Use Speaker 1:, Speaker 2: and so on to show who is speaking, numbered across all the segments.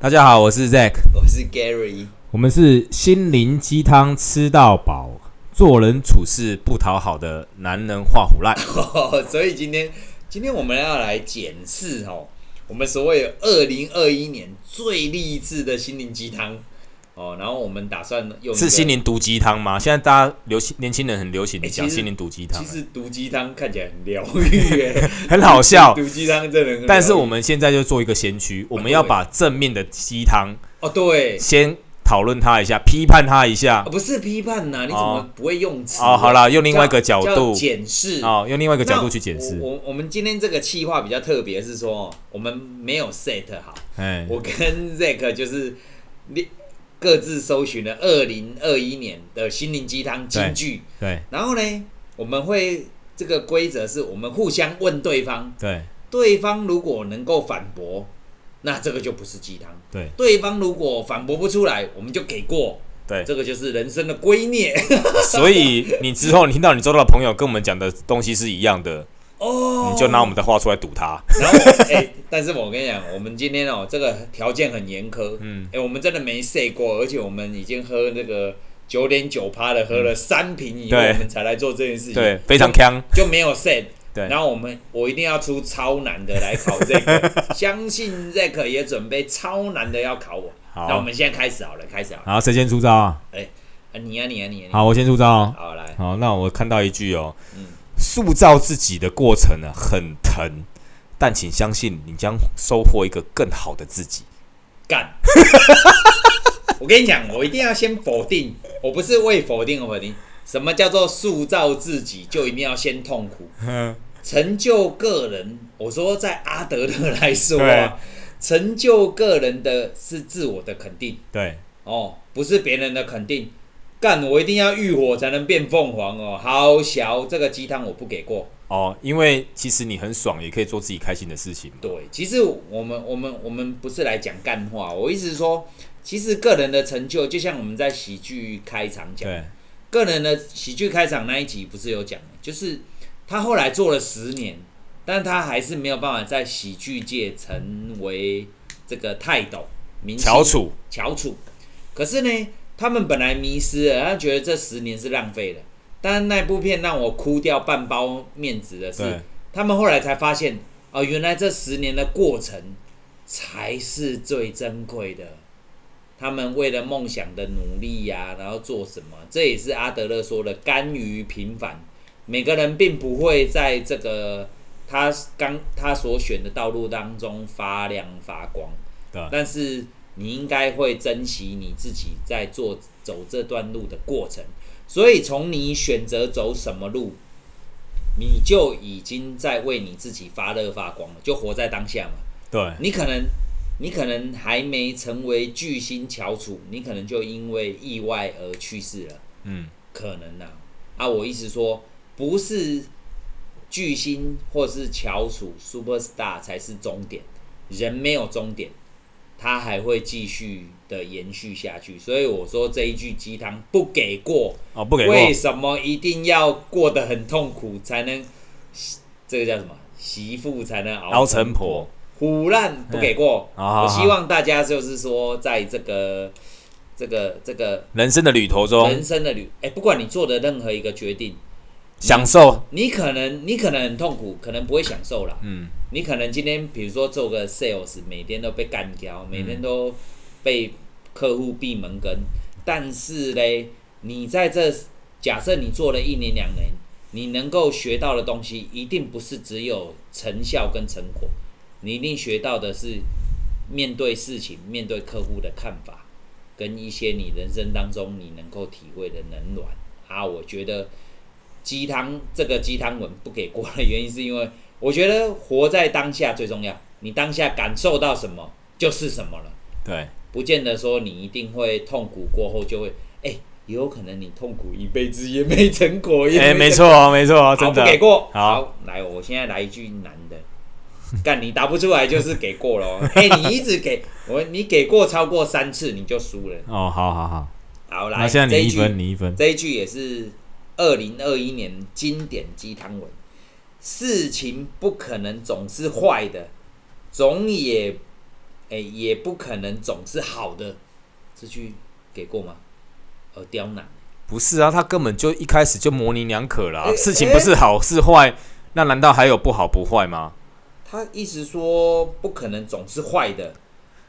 Speaker 1: 大家好，我是 Zack，
Speaker 2: 我是 Gary，
Speaker 1: 我们是心灵鸡汤吃到饱，做人处事不讨好的男人画虎 烂。
Speaker 2: 所以今天今天我们要来检视哦，我们所谓二零二一年最励志的心灵鸡汤哦，然后我们打算用一个
Speaker 1: 是心，灵毒鸡汤吗？现在大家流行年轻人很流行
Speaker 2: 欸
Speaker 1: 讲
Speaker 2: 其实
Speaker 1: 心灵毒鸡汤
Speaker 2: 其，实毒鸡汤看起来很 疗愈耶，
Speaker 1: 很好笑。
Speaker 2: 毒鸡汤真的很疗愈，
Speaker 1: 但是我们现在就做一个先驱，我
Speaker 2: 啊
Speaker 1: 们要把正面的鸡汤
Speaker 2: 哦对。
Speaker 1: 先讨论它一下，批判它一下
Speaker 2: 啊、。不是批判呐、你怎么不会用词、啊
Speaker 1: 哦，好啦，用另外一个角
Speaker 2: 叫
Speaker 1: 度
Speaker 2: 叫，检视
Speaker 1: 哦，用另外一个
Speaker 2: 那
Speaker 1: 角度去检视。
Speaker 2: 我我我们今天这个企划比较特别，是说哦我们没有 set 好，
Speaker 1: 哎，
Speaker 2: 我跟 Zack 就是列各自搜寻了二零二一年的心灵鸡汤金句，
Speaker 1: 对
Speaker 2: 然后呢，我们会这个规则是我们互相问对方，
Speaker 1: 对
Speaker 2: 对方如果能够反驳，那这个就不是鸡汤；
Speaker 1: 对
Speaker 2: 对方如果反驳不出来，我们就给过。
Speaker 1: 对，
Speaker 2: 这个就是人生的圭臬
Speaker 1: 所以你之后你听到你周到的朋友跟我们讲的东西是一样的，
Speaker 2: 哦。
Speaker 1: 你就拿我们的话出来堵他。
Speaker 2: 然后我，哎、 但是我跟你讲，我们今天哦、这个条件很严苛，嗯，哎、我们真的没睡过，而且我们已经喝那个九点九趴的，喝了三瓶以后，
Speaker 1: 对
Speaker 2: 我们才来做这件事情，
Speaker 1: 对，非常强。
Speaker 2: 就没有 set。
Speaker 1: 对
Speaker 2: 然后我们我一定要出超难的来考这个， 相信 Zack 也准备超难的要考我。
Speaker 1: 好
Speaker 2: 那我们现在开始好了，开始好了。
Speaker 1: 好，谁先出招啊？
Speaker 2: 啊，你啊，你啊，你啊，你啊
Speaker 1: 好，我先出招哦。
Speaker 2: 好来，
Speaker 1: 好，那我看到一句哦
Speaker 2: 嗯，
Speaker 1: 塑造自己的过程呢很疼，但请相信你将收获一个更好的自 己。
Speaker 2: 干！ 我跟你讲，我一定要先否定，我不是为否定而否定。什么叫做塑造自己，就一定要先痛苦，成就个人。我说在阿德勒来说啊，成就个人的是自我的肯定
Speaker 1: 对，
Speaker 2: 哦，不是别人的肯定。干，我一定要浴火才能变凤凰哦。好小，这个鸡汤我不给过。
Speaker 1: 哦，因为其实你很爽，也可以做自己开心的事情嘛。
Speaker 2: 对，其实我们我们我们不是来讲干话，我意思是说，其实个人的成就，就像我们在喜剧开场讲，
Speaker 1: 对，
Speaker 2: 个人的喜剧开场那一集不是有讲，就是他后来做了十年，但他还是没有办法在喜剧界成为这个泰斗明星
Speaker 1: 翘楚。
Speaker 2: 翘楚。可是呢，他们本来迷失了，他觉得这十年是浪费的。但那部片让我哭掉半包面子的
Speaker 1: 对
Speaker 2: 是，他们后来才发现，哦、原来这十年的过程才是最珍贵的。他们为了梦想的努力呀、然后做什么？这也是阿德勒说的甘于平凡。每个人并不会在这个他刚他所选的道路当中发亮发光，
Speaker 1: 对
Speaker 2: 但是你应该会珍惜你自己在做走这段路的过程。所以从你选择走什么路，你就已经在为你自己发热发光了，就活在当下嘛。
Speaker 1: 对
Speaker 2: 你可能，你可能还没成为巨星翘楚，你可能就因为意外而去世了，
Speaker 1: 嗯，
Speaker 2: 可能啊。啊，我意思说，不是巨星或是翘楚 super star 才是终点，人没有终点，他还会继续的延续下去。所以我说这一句鸡汤不给过，
Speaker 1: 哦，不给过。
Speaker 2: 为什么一定要过得很痛苦才能，这个叫什么？媳妇才能熬
Speaker 1: 熬成
Speaker 2: 婆
Speaker 1: 婆。
Speaker 2: 虎烂不给过。
Speaker 1: 嗯好好好
Speaker 2: 我希望大家就是说，在这个这个这个
Speaker 1: 人生的旅途中
Speaker 2: 人，生的旅，哎、不管你做的任何一个决定，
Speaker 1: 享受，
Speaker 2: 你可能你可能很痛苦，可能不会享受啦。
Speaker 1: 嗯，
Speaker 2: 你可能今天比如说做个 sales，每天都被干掉，每天都被客户闭门羹，但是嘞，你在这假设你做了一年两年，你能够学到的东西，一定不是只有成效跟成果，你一定学到的是面对事情、面对客户的看法，跟一些你人生当中你能够体会的冷暖啊，我觉得。鸡汤这个鸡汤文不给过的原因，是因为我觉得活在当下最重要。你当下感受到什么就是什么了，
Speaker 1: 对，
Speaker 2: 不见得说你一定会痛苦过后就会，哎、也有可能你痛苦一辈子也没成果。也
Speaker 1: 哎，没
Speaker 2: 成
Speaker 1: 错哦，没错哦，
Speaker 2: 好
Speaker 1: 真
Speaker 2: 不
Speaker 1: 的。
Speaker 2: 给过。
Speaker 1: 好
Speaker 2: 来，我现在来一句难的，干你答不出来就是给过咯。哎、你一直给我，你给过超过三次你就输了。
Speaker 1: 哦，好好好，
Speaker 2: 好，来，
Speaker 1: 那现在
Speaker 2: 这
Speaker 1: 你
Speaker 2: 一
Speaker 1: 一
Speaker 2: 句
Speaker 1: 分，你一分，
Speaker 2: 这一句也是二零二一年经典鸡汤文：事情不可能总是坏的，总也，哎、也不可能总是好的。这句给过吗？呃，刁难。
Speaker 1: 不是啊，他根本就一开始就模棱两可啦、
Speaker 2: 诶
Speaker 1: 事情不是好是坏，那难道还有不好不坏吗？
Speaker 2: 他意思说，不可能总是坏的，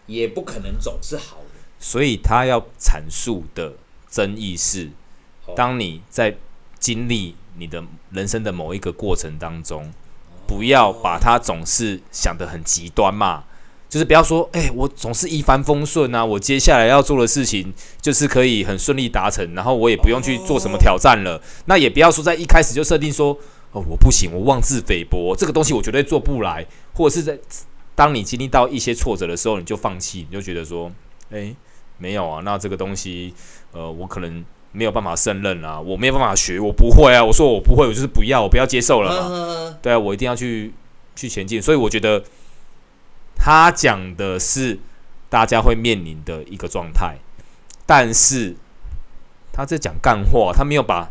Speaker 2: 也不可能总是好的。
Speaker 1: 所以他要阐述的争议是
Speaker 2: 哦，
Speaker 1: 当你在经历你的人生的某一个过程当中，不要把它总是想得很极端嘛，就是不要说，哎、我总是一帆风顺啊，我接下来要做的事情就是可以很顺利达成，然后我也不用去做什么挑战了。那也不要说在一开始就设定说，哦，我不行，我妄自菲薄，这个东西我绝对做不来，或者是在当你经历到一些挫折的时候，你就放弃，你就觉得说，哎、没有啊，那这个东西，呃，我可能没有办法胜任啊，我没有办法学，我不会啊，我说我不会，我就是不要，我不要接受了嘛。
Speaker 2: 嗯
Speaker 1: 对啊，我一定要去去前进。所以我觉得他讲的是大家会面临的一个状态，但是他在讲干话，他没有把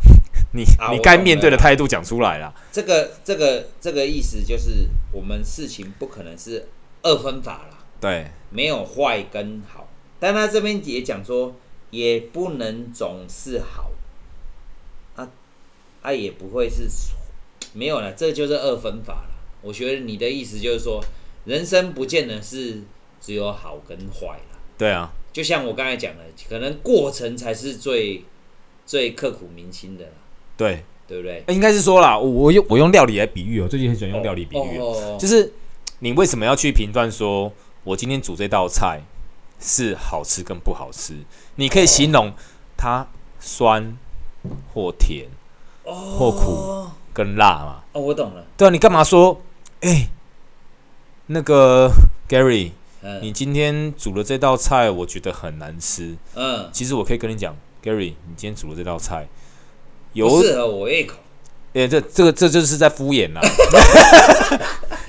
Speaker 1: 你、
Speaker 2: 啊
Speaker 1: 你
Speaker 2: 我
Speaker 1: 该
Speaker 2: 懂
Speaker 1: 面
Speaker 2: 了
Speaker 1: 对的
Speaker 2: 啦
Speaker 1: 态度讲出来啦。
Speaker 2: 这个这个这个意思就是，我们事情不可能是二分法啦，
Speaker 1: 对，
Speaker 2: 没有坏跟好。但他这边也讲说，也不能总是好，啊啊也不会是没有了，这就是二分法了。我觉得你的意思就是说，人生不见得是只有好跟坏啦。
Speaker 1: 对啊，
Speaker 2: 就像我刚才讲的，可能过程才是最最刻骨铭心的啦，
Speaker 1: 对，哎
Speaker 2: 对不对？
Speaker 1: 应该是说啦，我我用我用料理来比喻哦，最近很喜欢用料理比喻哦，
Speaker 2: 哦
Speaker 1: 就是你为什么要去评断说我今天煮这道菜是好吃跟不好吃？你可以形容它酸或甜。或苦跟辣嘛。
Speaker 2: 哦，我懂了，
Speaker 1: 对啊，你干嘛说？哎、那个 Gary，
Speaker 2: 嗯
Speaker 1: 你今天煮的这道菜我觉得很难吃。
Speaker 2: 嗯，
Speaker 1: 其实我可以跟你讲，Gary，你今天煮的这道菜有
Speaker 2: 不，适合我胃口。
Speaker 1: 哎、这这个这就是在敷衍啦。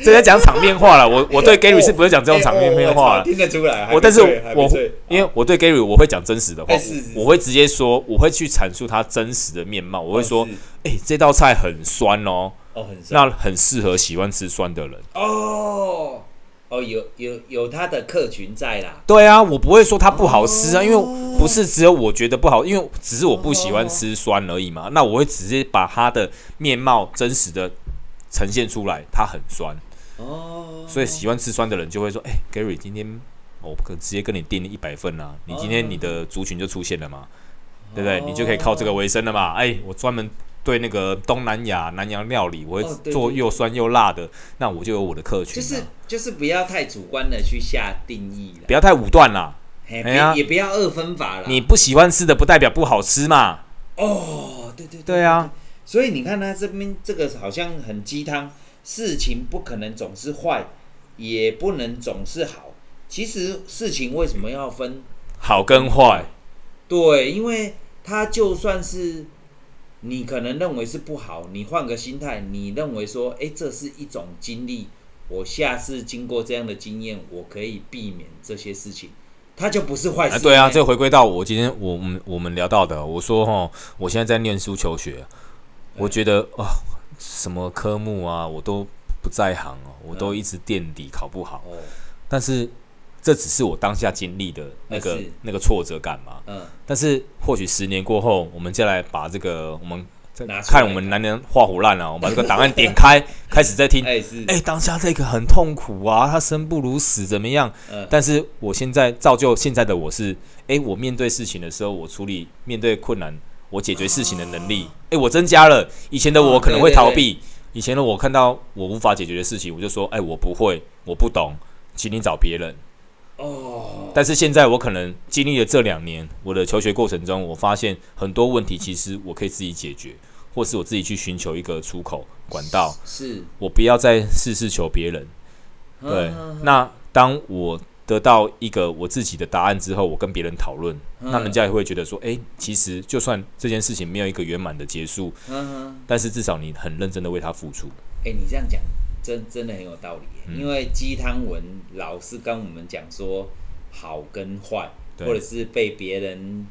Speaker 1: 这在讲场面话了。我我对 Gary 是不会讲这种场面
Speaker 2: 哎哦
Speaker 1: 话
Speaker 2: 我
Speaker 1: 啦。
Speaker 2: 听得出来。还没
Speaker 1: 我但是
Speaker 2: 醉还没
Speaker 1: 我
Speaker 2: 醉
Speaker 1: 因为我对 Gary 我会讲真实的话，
Speaker 2: 哎是是
Speaker 1: 我我会直接说，我会去阐述他真实的面貌。我会说
Speaker 2: 哦，是
Speaker 1: 哎、这道菜很酸哦，
Speaker 2: 哦，很深
Speaker 1: 那很适合喜欢吃酸的人。
Speaker 2: 哦哦，有有有他的客群在啦，
Speaker 1: 对啊，我不会说它不好吃啊，因为不是只有我觉得不好，因为只是我不喜欢吃酸而已嘛。那我会直接把它的面貌真实的呈现出来，它很酸，
Speaker 2: 哦，
Speaker 1: 所以喜欢吃酸的人就会说：“哎、g a r y 今天我可直接跟你订一百份啦、你今
Speaker 2: 哦
Speaker 1: 天你的族群就出现了嘛，对不对？你就可以靠这个为生了嘛。哎、我专门。”对那个东南亚南洋料理，我
Speaker 2: 哦
Speaker 1: 会
Speaker 2: 对
Speaker 1: 做
Speaker 2: 对
Speaker 1: 又酸又辣的，那我就有我的客群、
Speaker 2: 就
Speaker 1: 啊，
Speaker 2: 是就是不要太主观的去下定义
Speaker 1: 不
Speaker 2: 了，
Speaker 1: 要太武断啦。
Speaker 2: 嘿
Speaker 1: 哎呀
Speaker 2: 别也不要二分法了。
Speaker 1: 你不喜欢吃的，不代表不好吃嘛。
Speaker 2: 哦，对对
Speaker 1: 对啊，
Speaker 2: 所以你看他这边这个好像很鸡汤，事情不可能总是坏，也不能总是好。其实事情为什么要分？
Speaker 1: 好跟坏，
Speaker 2: 对，因为他就算是你可能认为是不好，你换个心态，你认为说，哎，这是一种经历，我下次经过这样的经验，我可以避免这些事情，它就不是坏事、
Speaker 1: 啊，对啊，这回归到我今天我们我们聊到的，我说哈，我现在在念书求学，
Speaker 2: 嗯
Speaker 1: 我觉得啊、什么科目啊，我都不在行哦，我都一直垫底考不好，
Speaker 2: 哦，
Speaker 1: 但是这只是我当下经历的那个
Speaker 2: 啊是
Speaker 1: 那个挫折感嘛。
Speaker 2: 嗯，
Speaker 1: 但是或许十年过后，我们再来把这个我们再
Speaker 2: 拿出来
Speaker 1: 看我们南洋画虎烂啊， 我们把这个档案点开，开始在听。
Speaker 2: 哎是，
Speaker 1: 哎、当下这个很痛苦啊，他生不如死，怎么样？
Speaker 2: 嗯
Speaker 1: 但是我现在造就现在的我是，哎、我面对事情的时候，我处理面对困难，我解决事情的能力，哎、我增加了。以前的我
Speaker 2: 哦
Speaker 1: 可能会
Speaker 2: 对对
Speaker 1: 逃避，以前的我看到我无法解决的事情，我就说，哎、我不会，我不懂，请你找别人。
Speaker 2: 哦，
Speaker 1: 但是现在我可能经历了这两年我的求学过程中，我发现很多问题其实我可以自己解决，或是我自己去寻求一个出口管道。
Speaker 2: 是，
Speaker 1: 我不要再事事求别人。
Speaker 2: 嗯
Speaker 1: 对，那当我得到一个我自己的答案之后，我跟别人讨论，
Speaker 2: 嗯
Speaker 1: 那人家也会觉得说，诶，其实就算这件事情没有一个圆满的结束，
Speaker 2: 嗯哼。
Speaker 1: 但是至少你很认真的为他付出。
Speaker 2: 哎、你这样讲真真的很有道理耶、
Speaker 1: 嗯
Speaker 2: 因为鸡汤文老是跟我们讲说好跟坏，
Speaker 1: 对
Speaker 2: 或者是被别人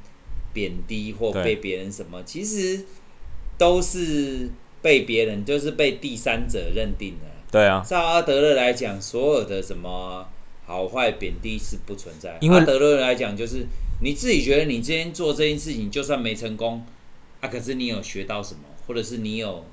Speaker 2: 贬低或
Speaker 1: 对
Speaker 2: 被别人什么，其实都是被别人，就是被第三者认定的。
Speaker 1: 对啊，
Speaker 2: 照阿德勒来讲，所有的什么好坏贬低是不存在。
Speaker 1: 因为
Speaker 2: 阿德勒来讲，就是你自己觉得你今天做这件事情，就算没成功，啊，可是你有学到什么，或者是你有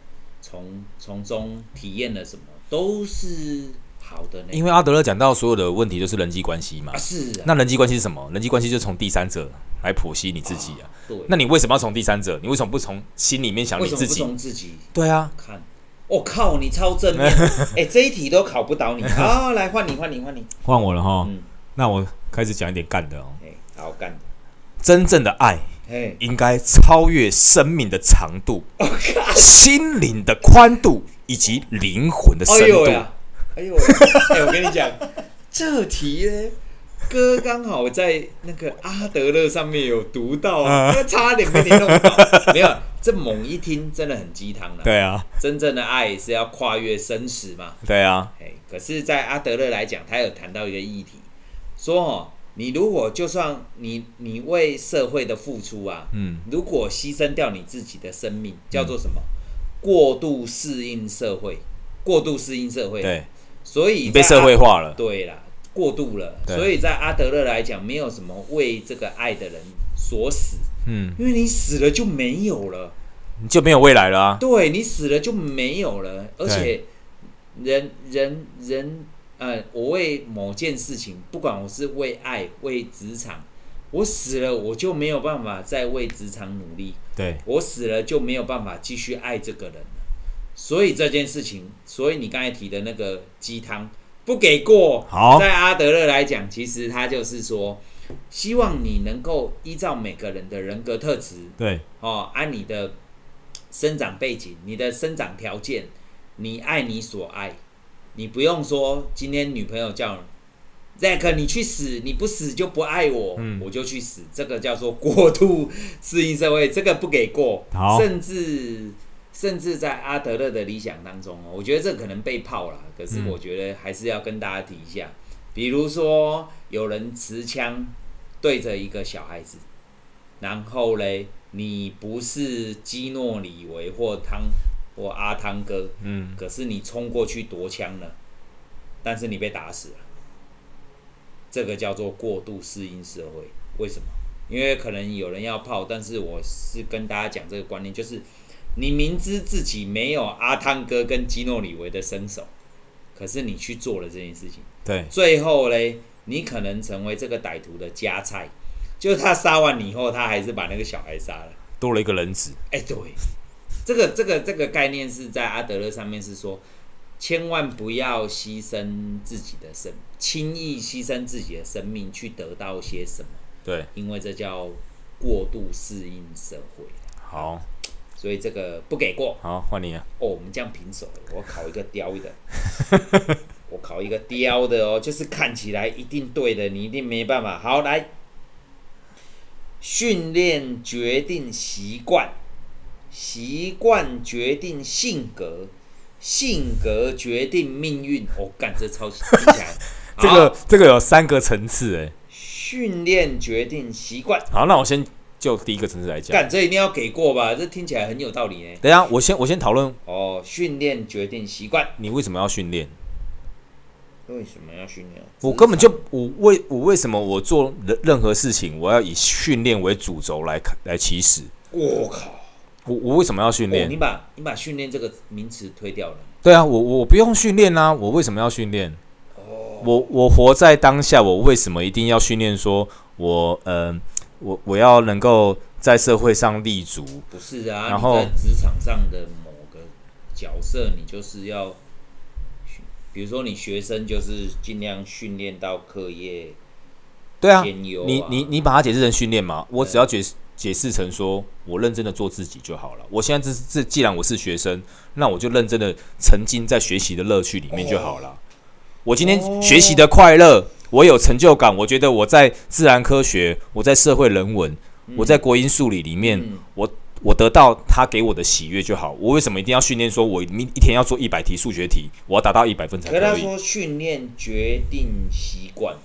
Speaker 2: 从从中体验了什么，都是好的呢。
Speaker 1: 因为阿德勒讲到所有的问题都是人际关系嘛
Speaker 2: 啊，。是啊，
Speaker 1: 那人际关系是什么？人际关系就是从第三者来剖析你自己啊。
Speaker 2: 对，
Speaker 1: 那你为什么要从第三者？你为什么不从心里面想
Speaker 2: 为
Speaker 1: 你
Speaker 2: 什么
Speaker 1: 自
Speaker 2: 不
Speaker 1: 己？
Speaker 2: 从自己
Speaker 1: 对啊，
Speaker 2: 看？我、靠，你超 正面！哎、这一题都考不倒你。好，来换你，换你，换你。
Speaker 1: 换我了哈。
Speaker 2: 嗯
Speaker 1: 那我开始讲一点干的哦。
Speaker 2: 哎、好干。
Speaker 1: 真正的爱
Speaker 2: 哎，哦
Speaker 1: 应该超越生命的长度、心灵的宽度以及灵魂的
Speaker 2: 哎
Speaker 1: 深
Speaker 2: 呦
Speaker 1: 度。
Speaker 2: 呀，哎 呦喂，哎，我跟你讲，这题呢，哥刚好在那个阿德勒上面有读到，
Speaker 1: 啊
Speaker 2: 那差点被你弄 到。没有，这猛一听真的很鸡汤了。
Speaker 1: 对啊，
Speaker 2: 真正的爱是要跨越生死嘛。
Speaker 1: 对啊，
Speaker 2: 哎，可是，在阿德勒来讲，他有谈到一个议题，说哦，你如果就算你你为社会的付出啊，
Speaker 1: 嗯，
Speaker 2: 如果牺牲掉你自己的生命，叫做什么？过度适应社会，过度适应社会，，
Speaker 1: 对，
Speaker 2: 所以
Speaker 1: 你被
Speaker 2: 在啊
Speaker 1: 社会
Speaker 2: 阿
Speaker 1: 化了。
Speaker 2: 对啦，过度了，
Speaker 1: 对
Speaker 2: 所以在阿德勒来讲，没有什么为这个爱的人所死，
Speaker 1: 嗯，
Speaker 2: 因为你死了就没有了。
Speaker 1: 你就没有未来了啊。
Speaker 2: 对你死了就没有了，而
Speaker 1: 对
Speaker 2: 且人人人呃，我为某件事情，不管我是为爱、为职场，我死了我就没有办法再为职场努力，
Speaker 1: 对，
Speaker 2: 我死了就没有办法继续爱这个人了。所以这件事情，所以你刚才提的那个鸡汤不给过。
Speaker 1: 好
Speaker 2: 在阿德勒来讲，其实他就是说，希望你能够依照每个人的人格特质，
Speaker 1: 对，
Speaker 2: 哦，按、你的生长背景、你的生长条件，你爱你所爱，你不用说今天女朋友叫你 Zack，你去死，你不死就不爱我，
Speaker 1: 嗯
Speaker 2: 我就去死，这个叫做过度适应社会，这个不给过
Speaker 1: 好，
Speaker 2: 甚至。甚至在阿德勒的理想当中哦，我觉得这可能被泡了，可是
Speaker 1: 嗯
Speaker 2: 我觉得还是要跟大家提一下，比如说有人持枪对着一个小孩子，然后嘞，你不是基诺里维或汤或阿汤哥，
Speaker 1: 嗯，
Speaker 2: 可是你冲过去夺枪了，但是你被打死了，这个叫做过度适应社会。为什么？因为可能有人要泡，但是我是跟大家讲这个观念，就是你明知自己没有阿汤哥跟基诺里维的身手，可是你去做了这件事情。
Speaker 1: 对，
Speaker 2: 最后嘞，你可能成为这个歹徒的加菜，就是他杀完你以后，他还是把那个小孩杀了。
Speaker 1: 多了一个人质。
Speaker 2: 哎、对，这个这个这个概念是在阿德勒上面是说，千万不要牺牲自己的生，轻易牺牲自己的生命去得到些什么，
Speaker 1: 对，
Speaker 2: 因为这叫过度适应社会，
Speaker 1: 好，
Speaker 2: 所以这个不给过。
Speaker 1: 好，换你啊。，
Speaker 2: 哦，我们这样平手了，我考一个刁的，我考一个刁的哦，就是看起来一定对的，你一定没办法。好，来，训练决定习惯，习惯决定性格，性格决定命运。我、哦、干，这超级听起来
Speaker 1: 这
Speaker 2: 好
Speaker 1: 个这个有三个层次哎。
Speaker 2: 训练决定习惯，
Speaker 1: 好，那我先就第一个层次来讲。
Speaker 2: 干这一定要给过吧？这听起来很有道理呢。
Speaker 1: 等一下，我先我先讨论
Speaker 2: 哦，训练决定习惯，
Speaker 1: 你为什么要训练。
Speaker 2: 为什么要训练？
Speaker 1: 我根本就我为我为什么我做任任何事情，我要以训练为主轴来看来起始。
Speaker 2: 我靠。
Speaker 1: 我我为什么要训
Speaker 2: 哦、你
Speaker 1: 练？
Speaker 2: 把你把训练这个名词推掉了。
Speaker 1: 对啊，我我不用训练啊，我为什么要训练？
Speaker 2: 哦，
Speaker 1: 我我活在当下，我为什么一定要训练？说我嗯、我我要能够在社会上立足。
Speaker 2: 不是啊，
Speaker 1: 然后
Speaker 2: 你在职场上的某个角色，你就是要，比如说你学生就是尽量训练到课业
Speaker 1: 对啊，
Speaker 2: 兼优、啊
Speaker 1: 你你你把它解释成训练嘛？我
Speaker 2: 对
Speaker 1: 只要解释解释成说我认真的做自己就好了。我现在这这既然我是学生，那我就认真的沉浸在学习的乐趣里面就好了。我今
Speaker 2: 哦
Speaker 1: 天学习的快乐，我有成就感，我觉得我在自然科学，我在社会人文，我在国音数理里面，
Speaker 2: 嗯
Speaker 1: 我我得到他给我的喜悦就好。我为什么一定要训练说我明一天要做一百题数学题，我要达到一百分才
Speaker 2: 可是他
Speaker 1: 可以？
Speaker 2: 说训练决定习惯，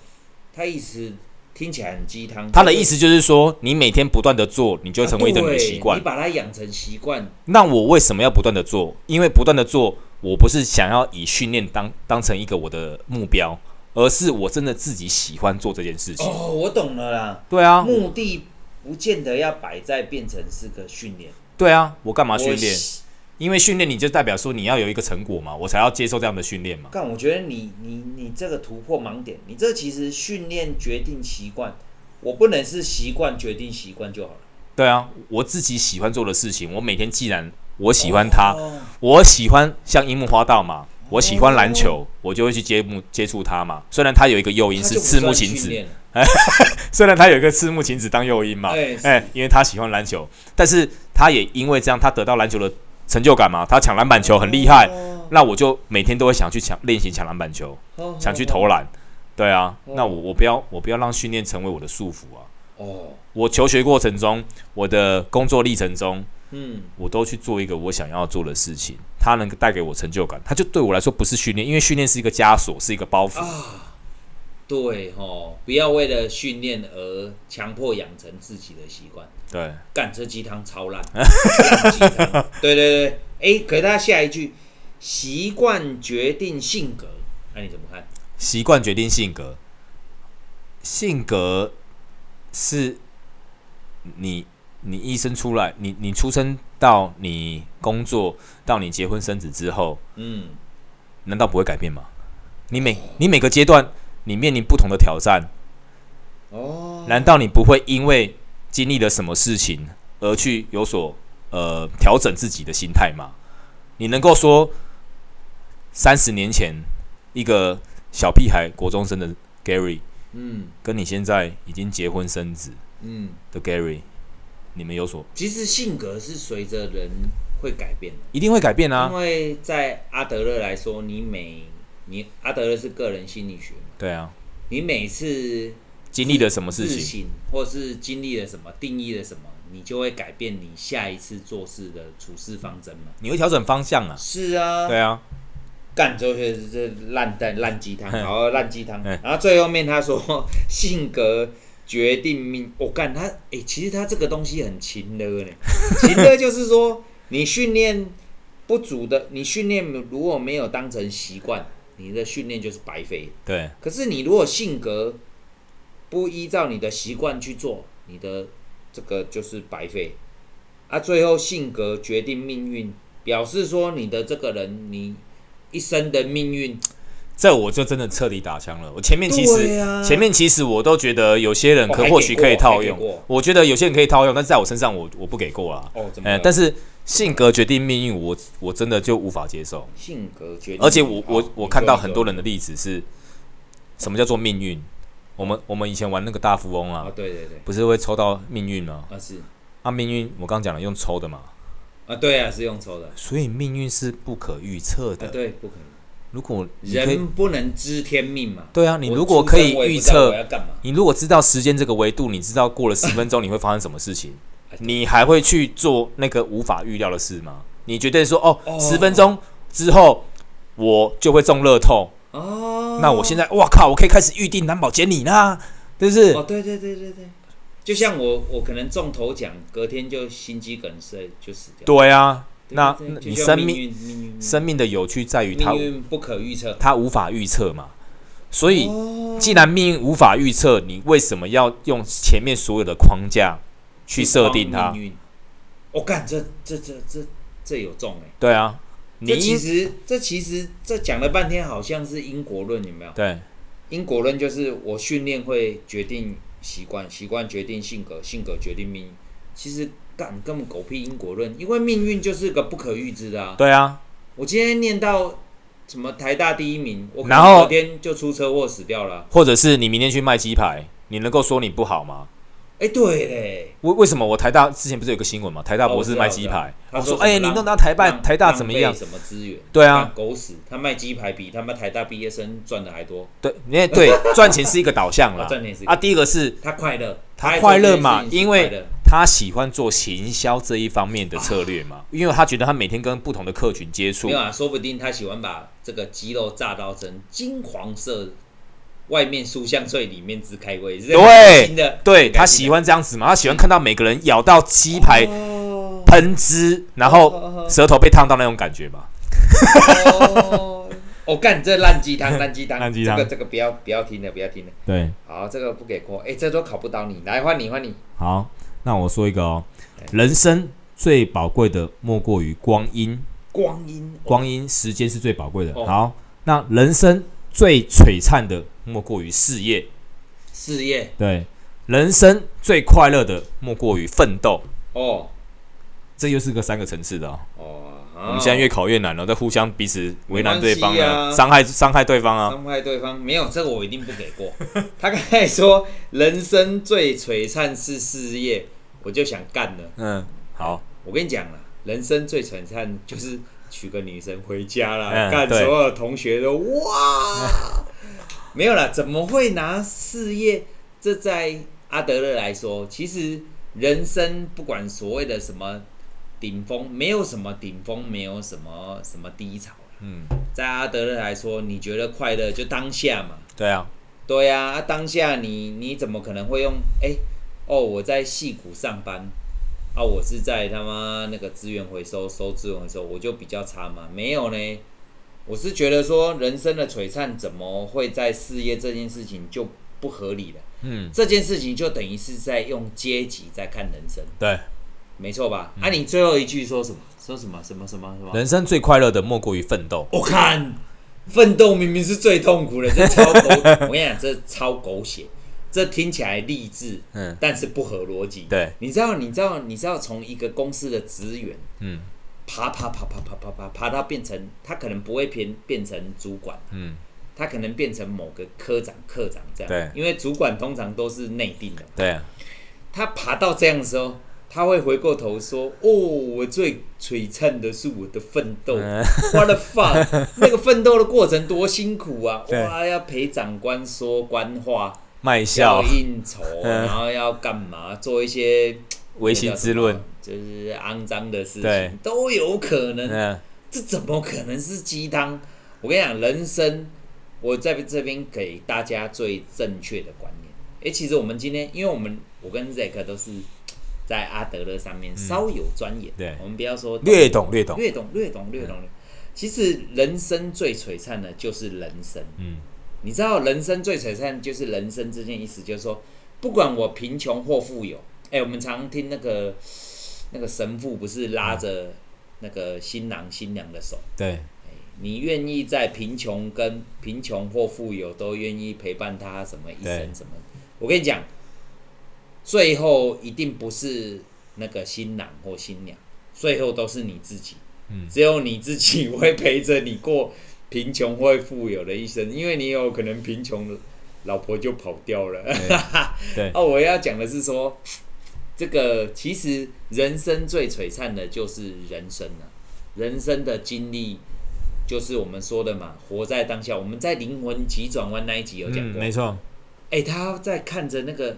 Speaker 2: 他意思听起来很鸡汤。
Speaker 1: 他的意思就是说，你每天不断的做，你就会成为一种你的习
Speaker 2: 啊对
Speaker 1: 惯
Speaker 2: 你。把它养成习惯，
Speaker 1: 那我为什么要不断的做？因为不断的做，我不是想要以训练当当成一个我的目标，而是我真的自己喜欢做这件事情。
Speaker 2: 哦，我懂了啦。
Speaker 1: 对啊，
Speaker 2: 目的不见得要摆在变成是个训练，
Speaker 1: 对啊，我干嘛训
Speaker 2: 我
Speaker 1: 练？因为训练你就代表说你要有一个成果嘛，我才要接受这样的训练嘛。
Speaker 2: 但我觉得你你你这个突破盲点，你这其实训练决定习惯，我不能是习惯决定习惯就好了。
Speaker 1: 对啊，我自己喜欢做的事情，我每天既然我喜欢它，
Speaker 2: 哦
Speaker 1: 我喜欢像樱木花道嘛，我喜欢篮球，我就会去接目接触它嘛。虽然它有一个诱因
Speaker 2: 哦它
Speaker 1: 是
Speaker 2: 就不
Speaker 1: 赤木
Speaker 2: 算
Speaker 1: 晴
Speaker 2: 训
Speaker 1: 子，
Speaker 2: 练了
Speaker 1: 虽然他有一个赤木晴子当诱因嘛，哎
Speaker 2: 哎、
Speaker 1: 因为他喜欢篮球，但是他也因为这样，他得到篮球的成就感嘛，他抢篮板球很厉害，
Speaker 2: 哦
Speaker 1: 那我就每天都会想去抢练习抢篮板球，
Speaker 2: 哦
Speaker 1: 想去投篮，对啊，
Speaker 2: 哦
Speaker 1: 那我我不要我不要让训练成为我的束缚啊，
Speaker 2: 哦，
Speaker 1: 我求学过程中，我的工作历程中，
Speaker 2: 嗯，
Speaker 1: 我都去做一个我想要做的事情，它能带给我成就感，它就对我来说不是训练，因为训练是一个枷锁，是一个包袱，
Speaker 2: 啊，对哦，不要为了训练而强迫养成自己的习惯。
Speaker 1: 对，
Speaker 2: 干这鸡汤超烂， 烂鸡汤对对对，哎，可是他下一句，习惯决定性格，那、你怎么看？
Speaker 1: 习惯决定性格，性格是你你一生出来，你你出生到你工作到你结婚生子之后，
Speaker 2: 嗯，
Speaker 1: 难道不会改变吗？你每你每个阶段你面临不同的挑战，
Speaker 2: 哦，
Speaker 1: 难道你不会因为经历了什么事情而去有所呃调整自己的心态吗？你能够说三十年前一个小屁孩国中生的 Gary
Speaker 2: 嗯
Speaker 1: 跟你现在已经结婚生子
Speaker 2: 嗯，
Speaker 1: 的 Gary，你们有所
Speaker 2: 其实性格是随着人会改变的，
Speaker 1: 一定会改变啊
Speaker 2: 因。为在阿德勒来说，你每你阿德勒是个人心理学嘛，
Speaker 1: 对啊，
Speaker 2: 你每次
Speaker 1: 经历了什么事
Speaker 2: 自
Speaker 1: 情？
Speaker 2: 省或是经历了什么，定义了什么，你就会改变你下一次做事的处事方针嘛。
Speaker 1: 你会调整方向啊。
Speaker 2: 是啊，
Speaker 1: 对啊，
Speaker 2: 干周学是这烂蛋烂鸡汤，然后烂鸡汤，
Speaker 1: 嗯
Speaker 2: 然后最后面他说性格决定命。我、干他，哎、其实他这个东西很勤的呢， 勤的就是说你训练不足的，你训练如果没有当成习惯，你的训练就是白费。
Speaker 1: 对
Speaker 2: 可是你如果性格不依照你的习惯去做，你的这个就是白费。啊，最后性格决定命运，表示说你的这个人，你一生的命运。
Speaker 1: 这我就真的彻底打枪了。我前面其
Speaker 2: 对
Speaker 1: 实、
Speaker 2: 啊
Speaker 1: 前面其实我都觉得有些人可
Speaker 2: 哦还
Speaker 1: 或许
Speaker 2: 给
Speaker 1: 可以
Speaker 2: 过
Speaker 1: 套
Speaker 2: 还给
Speaker 1: 用
Speaker 2: 过，
Speaker 1: 我觉得有些人可以套用，但是在我身上我我不给过啊。
Speaker 2: 哦，怎么了？
Speaker 1: 呃，但是性格决定命运，我我真的就无法接受。
Speaker 2: 性格决定命运，
Speaker 1: 而且我
Speaker 2: 好
Speaker 1: 我我看到很多
Speaker 2: 你
Speaker 1: 人的例子是，什么叫做命运？我们我们以前玩那个大富翁
Speaker 2: 说啊，
Speaker 1: 啊，
Speaker 2: 对对对，
Speaker 1: 不是会抽到命运吗？
Speaker 2: 啊是
Speaker 1: 啊，命运我刚讲了用抽的嘛，
Speaker 2: 啊，对啊，是用抽的，啊
Speaker 1: 所以命运是不可预测的。
Speaker 2: 对，不可能，
Speaker 1: 如果你可以，
Speaker 2: 人不能知天命嘛。
Speaker 1: 对啊，你
Speaker 2: 我
Speaker 1: 如果
Speaker 2: 出
Speaker 1: 可
Speaker 2: 生
Speaker 1: 以
Speaker 2: 我也
Speaker 1: 预
Speaker 2: 不知道
Speaker 1: 测
Speaker 2: 我要干嘛，
Speaker 1: 你如果知道时间这个维度，你知道过了十分 钟你会发生什么事情，
Speaker 2: 哎
Speaker 1: 你还会去做那个无法预料的事吗？你绝对说哦，
Speaker 2: 哦
Speaker 1: 十分钟之后我就会中乐透，
Speaker 2: 哦，
Speaker 1: 那我现在哇靠，我可以开始预定蓝宝坚尼啦，是不是？
Speaker 2: 哦，对对对对对，就像我我可能中头奖，隔天就心肌梗塞就死掉。
Speaker 1: 对啊，
Speaker 2: 对
Speaker 1: 那
Speaker 2: 对
Speaker 1: 那
Speaker 2: 就
Speaker 1: 你
Speaker 2: 像
Speaker 1: 生
Speaker 2: 命
Speaker 1: 命
Speaker 2: 运命运
Speaker 1: 生命的有趣在于它
Speaker 2: 命运不可预测，
Speaker 1: 它无法预测嘛，所以
Speaker 2: 哦
Speaker 1: 既然命运无法预测，你为什么要用前面所有的框架去设定它
Speaker 2: 命？运。我干、这这这这这有中哎、
Speaker 1: 对啊，你
Speaker 2: 这其
Speaker 1: 一
Speaker 2: 实这其实这讲了半天，好像是因果论，有没有？
Speaker 1: 对
Speaker 2: 因果论就是我训练会决定习惯，习惯决定性格，性格决定命运。其实干根本狗屁因果论，因为命运就是个不可预知的啊。
Speaker 1: 对啊，
Speaker 2: 我今天念到什么台大第一名，我可
Speaker 1: 然
Speaker 2: 能
Speaker 1: 后
Speaker 2: 昨天就出车祸死掉了。
Speaker 1: 或者是你明天去卖鸡排，你能够说你不好吗？
Speaker 2: 哎、对嘞，
Speaker 1: 为为什么我台大之前不是有个新闻嘛？台大
Speaker 2: 哦
Speaker 1: 博
Speaker 2: 我
Speaker 1: 士
Speaker 2: 知道
Speaker 1: 卖
Speaker 2: 哦我知
Speaker 1: 鸡
Speaker 2: 道
Speaker 1: 排，
Speaker 2: 他
Speaker 1: 我
Speaker 2: 说
Speaker 1: 说
Speaker 2: 什么
Speaker 1: 哎，你
Speaker 2: 浪
Speaker 1: 弄到台大
Speaker 2: 浪
Speaker 1: 台大怎么样
Speaker 2: 浪费？什么资源？
Speaker 1: 对啊
Speaker 2: 干狗屎！他卖鸡排比他妈台大毕业生赚的还多，
Speaker 1: 对，因为对赚钱是一个导向啦
Speaker 2: 哦赚钱是一。个
Speaker 1: 啊，第一个是
Speaker 2: 他快乐，
Speaker 1: 他
Speaker 2: 爱做
Speaker 1: 快
Speaker 2: 这
Speaker 1: 乐
Speaker 2: 件
Speaker 1: 嘛
Speaker 2: 事，情是
Speaker 1: 因
Speaker 2: 快乐
Speaker 1: 为他喜欢做行销这一方面的策略
Speaker 2: 啊
Speaker 1: 嘛，因为他觉得他每天跟不同的客群接触
Speaker 2: 没有，啊，说不定他喜欢把这个鸡肉炸到成金黄色外面书香税，里面自开胃，这
Speaker 1: 对
Speaker 2: 是新的
Speaker 1: 对他
Speaker 2: 感觉
Speaker 1: 喜欢这样子嘛，他喜欢看到每个人咬到鸡排
Speaker 2: 哦
Speaker 1: 喷汁，然后
Speaker 2: 哦
Speaker 1: 舌头被烫到那种感觉嘛。
Speaker 2: 哦，我干这烂鸡汤，烂鸡汤，
Speaker 1: 烂鸡汤
Speaker 2: 这个这个不要不要听了，不要听了。
Speaker 1: 对，
Speaker 2: 好，这个不给过，哎，这都考不倒你，来换你换你。
Speaker 1: 好，那我说一个哦，人生最宝贵的莫过于光阴，
Speaker 2: 光阴
Speaker 1: 光阴时间是最宝贵的。
Speaker 2: 哦
Speaker 1: 好，那人生最璀璨的莫过于事业，
Speaker 2: 事业
Speaker 1: 对，人生最快乐的莫过于奋斗。
Speaker 2: 哦
Speaker 1: 这又是个三个层次的哦，
Speaker 2: 哦，
Speaker 1: 我
Speaker 2: 我
Speaker 1: 们现在越考越难了，在互相彼此为难对方
Speaker 2: 没关系啊
Speaker 1: 伤害伤害对方啊。
Speaker 2: 伤害对方没有这个我一定不给过。他刚才说人生最璀璨是事业，我就想干了。
Speaker 1: 嗯，好，
Speaker 2: 我跟你讲了，人生最璀璨就是娶个女生回家
Speaker 1: 嗯
Speaker 2: 啦，干、
Speaker 1: 对
Speaker 2: 所有同学都哇， 没有啦，怎么会拿事业？这在阿德勒来说，其实人生不管所谓的什么顶峰，没有什么顶峰，没有什么什么低潮啦。
Speaker 1: 嗯，
Speaker 2: 在阿德勒来说，你觉得快乐就当下嘛，
Speaker 1: 对啊，
Speaker 2: 对呀、啊，当下你你怎么可能会用？哎、哦，我在戏谷上班，啊，我是在他妈那个资源回收收资源回收，我就比较差嘛？没有呢，我是觉得说人生的璀璨怎么会在事业这件事情就不合理了？
Speaker 1: 嗯，
Speaker 2: 这件事情就等于是在用阶级在看人生，
Speaker 1: 对，
Speaker 2: 没错吧？啊，你最后一句说什么？说什么什么什么什么？
Speaker 1: 人生最快乐的莫过于奋斗。
Speaker 2: 我看奋斗明明是最痛苦的，这超 狗，我跟你讲，这超狗血，这听起来励志，
Speaker 1: 嗯
Speaker 2: 但是不合逻辑。
Speaker 1: 对，
Speaker 2: 你知道，你知道，你知道，从一个公司的职员
Speaker 1: 嗯
Speaker 2: 爬爬爬爬爬爬爬爬到变成，他可能不会变变成主管，
Speaker 1: 嗯，
Speaker 2: 他可能变成某个科长、科长这样。
Speaker 1: 对
Speaker 2: 因为主管通常都是内定的，
Speaker 1: 对啊，
Speaker 2: 他爬到这样的时候。他会回过头说：“哦，我最璀璨的是我的奋斗。
Speaker 1: 嗯
Speaker 2: What the fuck！那个奋斗的过程多辛苦啊！
Speaker 1: 对
Speaker 2: 哇，要陪长官说官话，
Speaker 1: 卖
Speaker 2: 要
Speaker 1: 笑、
Speaker 2: 应酬，
Speaker 1: 嗯
Speaker 2: 然后要干嘛？做一些
Speaker 1: 唯心之论，，
Speaker 2: 就是肮脏的事
Speaker 1: 对
Speaker 2: 情都有可能。
Speaker 1: 嗯
Speaker 2: 这怎么可能是鸡汤？我跟你讲，人生，我在这边给大家最正确的观念。诶，其实我们今天，因为我们我跟 Zack 都是在阿德勒上面稍有钻研，
Speaker 1: 对
Speaker 2: 我们不要说
Speaker 1: 略懂略懂，
Speaker 2: 略懂略懂略懂。其实人生最璀璨的就是人生，
Speaker 1: 嗯
Speaker 2: 你知道，人生最璀璨就是人生这件意思，就是说，不管我贫穷或富有，哎、我们常听那个那个神父不是拉着那个新郎新娘的手，
Speaker 1: 对，
Speaker 2: 你愿意在贫穷跟贫穷或富有都愿意陪伴他什么一
Speaker 1: 对
Speaker 2: 生什么？我跟你讲，最后一定不是那个新郎或新娘，最后都是你自己。
Speaker 1: 嗯
Speaker 2: 只有你自己会陪着你过贫穷或富有的一生，因为你有可能贫穷，老婆就跑掉了。
Speaker 1: 对
Speaker 2: 哦，我要讲的是说，这个其实人生最璀璨的就是人生了、人生的经历就是我们说的嘛，活在当下。我们在灵魂急转弯那一集有讲
Speaker 1: 嗯，
Speaker 2: 过，
Speaker 1: 没错，
Speaker 2: 哎、他在看着那个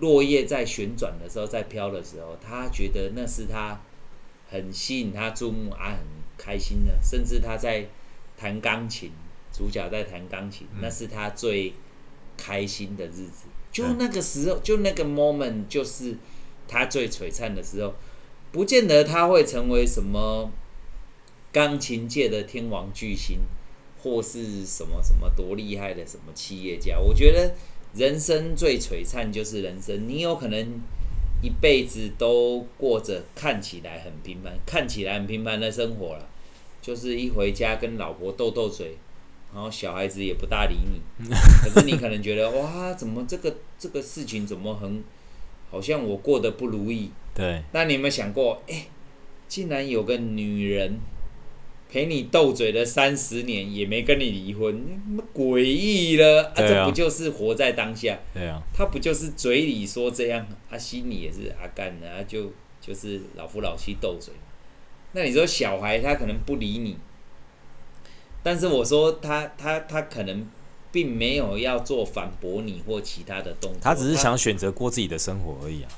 Speaker 2: 落叶在旋转的时候，在飘的时候，他觉得那是他很吸引他注目啊，很开心的。甚至他在弹钢琴，主角在弹钢琴，那是他最开心的日子。就
Speaker 1: 对
Speaker 2: 那个时候，就那个 moment，就是他最璀璨的时候。不见得他会成为什么钢琴界的天王巨星，或是什么什么多厉害的什么企业家。我觉得人生最璀璨就是人生，你有可能一辈子都过着看起来很平凡、看起来很平凡的生活了，就是一回家跟老婆斗斗嘴。然后小孩子也不大理 你，可是你可能觉得哇，怎么这个这个事情怎么很，好像我过得不如意，
Speaker 1: 对
Speaker 2: 那你有没有想过，哎、竟然有个女人陪你斗嘴了三十年，也没跟你离婚，那么诡异了啊！
Speaker 1: 对啊
Speaker 2: 这不就是活在当下？
Speaker 1: 对啊，
Speaker 2: 他不就是嘴里说这样，啊，心里也是啊干的，啊就就是老夫老妻斗嘴。那你说小孩他可能不理你，但是我说他他他可能并没有要做反驳你或其他的动作，
Speaker 1: 他只是想选择过自己的生活而已啊。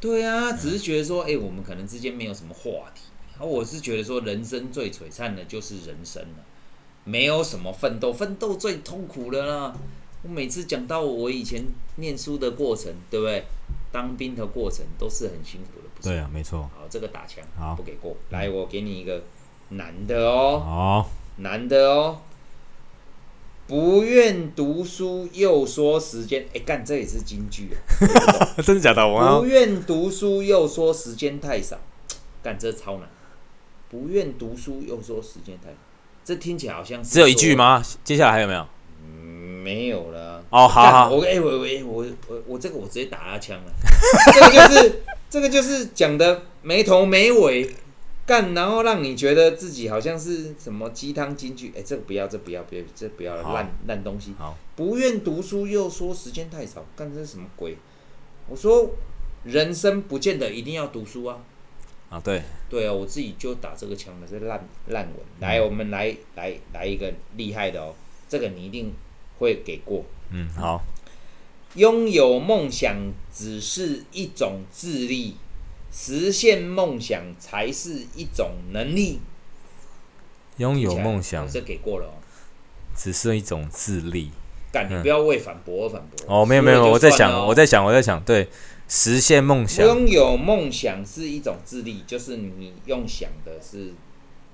Speaker 2: 对啊，只是觉得说，哎、我们可能之间没有什么话题。啊，我是觉得说，人生最璀啊璨的就是人生了，没有什么奋斗，奋斗最痛苦的啦。我每次讲到我以前念书的过程，对不对？当兵的过程都是很辛苦的，不是？
Speaker 1: 对啊，没错。
Speaker 2: 好，这个打枪
Speaker 1: 好
Speaker 2: 不给过。来，我给你一个男的哦，
Speaker 1: 好，
Speaker 2: 男的哦，不愿读书又说时间，哎，干这也是金句啊。
Speaker 1: 真的假的？我要
Speaker 2: 不愿读书又说时间太少，干这超难。不愿读书又说时间太少，这听起来好像是
Speaker 1: 只有一句
Speaker 2: 说？
Speaker 1: 吗？接下来还有没有？
Speaker 2: 嗯没有了。
Speaker 1: 哦，好
Speaker 2: 干
Speaker 1: 好，
Speaker 2: 我哎、我我我我我这个我直接打他枪了， 这个就是这个就是讲的没头没尾，干然后让你觉得自己好像是什么鸡汤金句，哎、这个不要，这不要，不要，这不要了
Speaker 1: 好
Speaker 2: 烂烂东西。
Speaker 1: 好，
Speaker 2: 不愿读书又说时间太少，干这是什么鬼？我说人生不见得一定要读书啊。
Speaker 1: 啊，对，
Speaker 2: 对啊，我自己就打这个枪的是烂烂文。来，
Speaker 1: 嗯
Speaker 2: 我们来来来一个厉害的哦，这个你一定会给过。
Speaker 1: 嗯，好，
Speaker 2: 拥有梦想只是一种智力，实现梦想才是一种能力。
Speaker 1: 拥有梦想
Speaker 2: 我这给过了哦。
Speaker 1: 只是一种智力。
Speaker 2: 干，你
Speaker 1: 嗯
Speaker 2: 不要为反驳而反驳。
Speaker 1: 哦，没有
Speaker 2: 输
Speaker 1: 没
Speaker 2: 了
Speaker 1: 有，
Speaker 2: 就
Speaker 1: 我在
Speaker 2: 算了
Speaker 1: 想，
Speaker 2: 哦
Speaker 1: 我在想，我在想，对，实现梦想，
Speaker 2: 拥有梦想是一种智力，就是你用想的是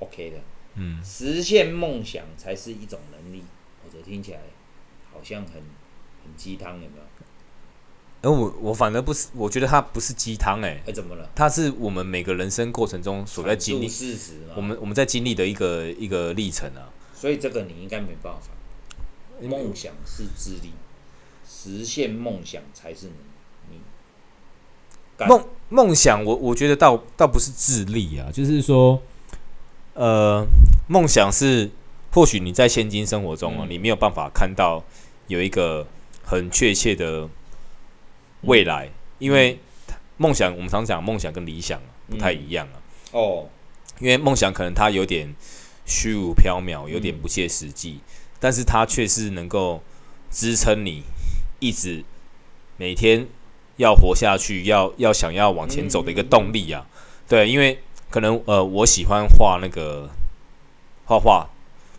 Speaker 2: OK 的，
Speaker 1: 嗯，
Speaker 2: 实现梦想才是一种能力。我觉得听起来好像很很鸡汤，有没有？
Speaker 1: 而我我反而不是，我觉得它不是鸡汤，哎
Speaker 2: 哎、，怎么了？
Speaker 1: 它是我们每个人生过程中所在经历
Speaker 2: 阐述，事实嘛。
Speaker 1: 我们我们在经历的一个一个历程啊。
Speaker 2: 所以这个你应该没办法。
Speaker 1: 因为
Speaker 2: 梦想是智力，实现梦想才是你你干
Speaker 1: 梦梦想我，我觉得倒倒不是智力啊，就是说，呃，梦想是或许你在现今生活中哦、
Speaker 2: 嗯
Speaker 1: 你没有办法看到有一个很确切的未来，因为梦想我们常讲梦想跟理想不太一样啊，
Speaker 2: 嗯哦，
Speaker 1: 因为梦想可能它有点虚无缥缈，有点
Speaker 2: 嗯
Speaker 1: 不切实际，但是它却是能够支撑你一直每天要活下去，要要想要往前走的一个动力啊。对，因为可能呃，我喜欢画那个画画，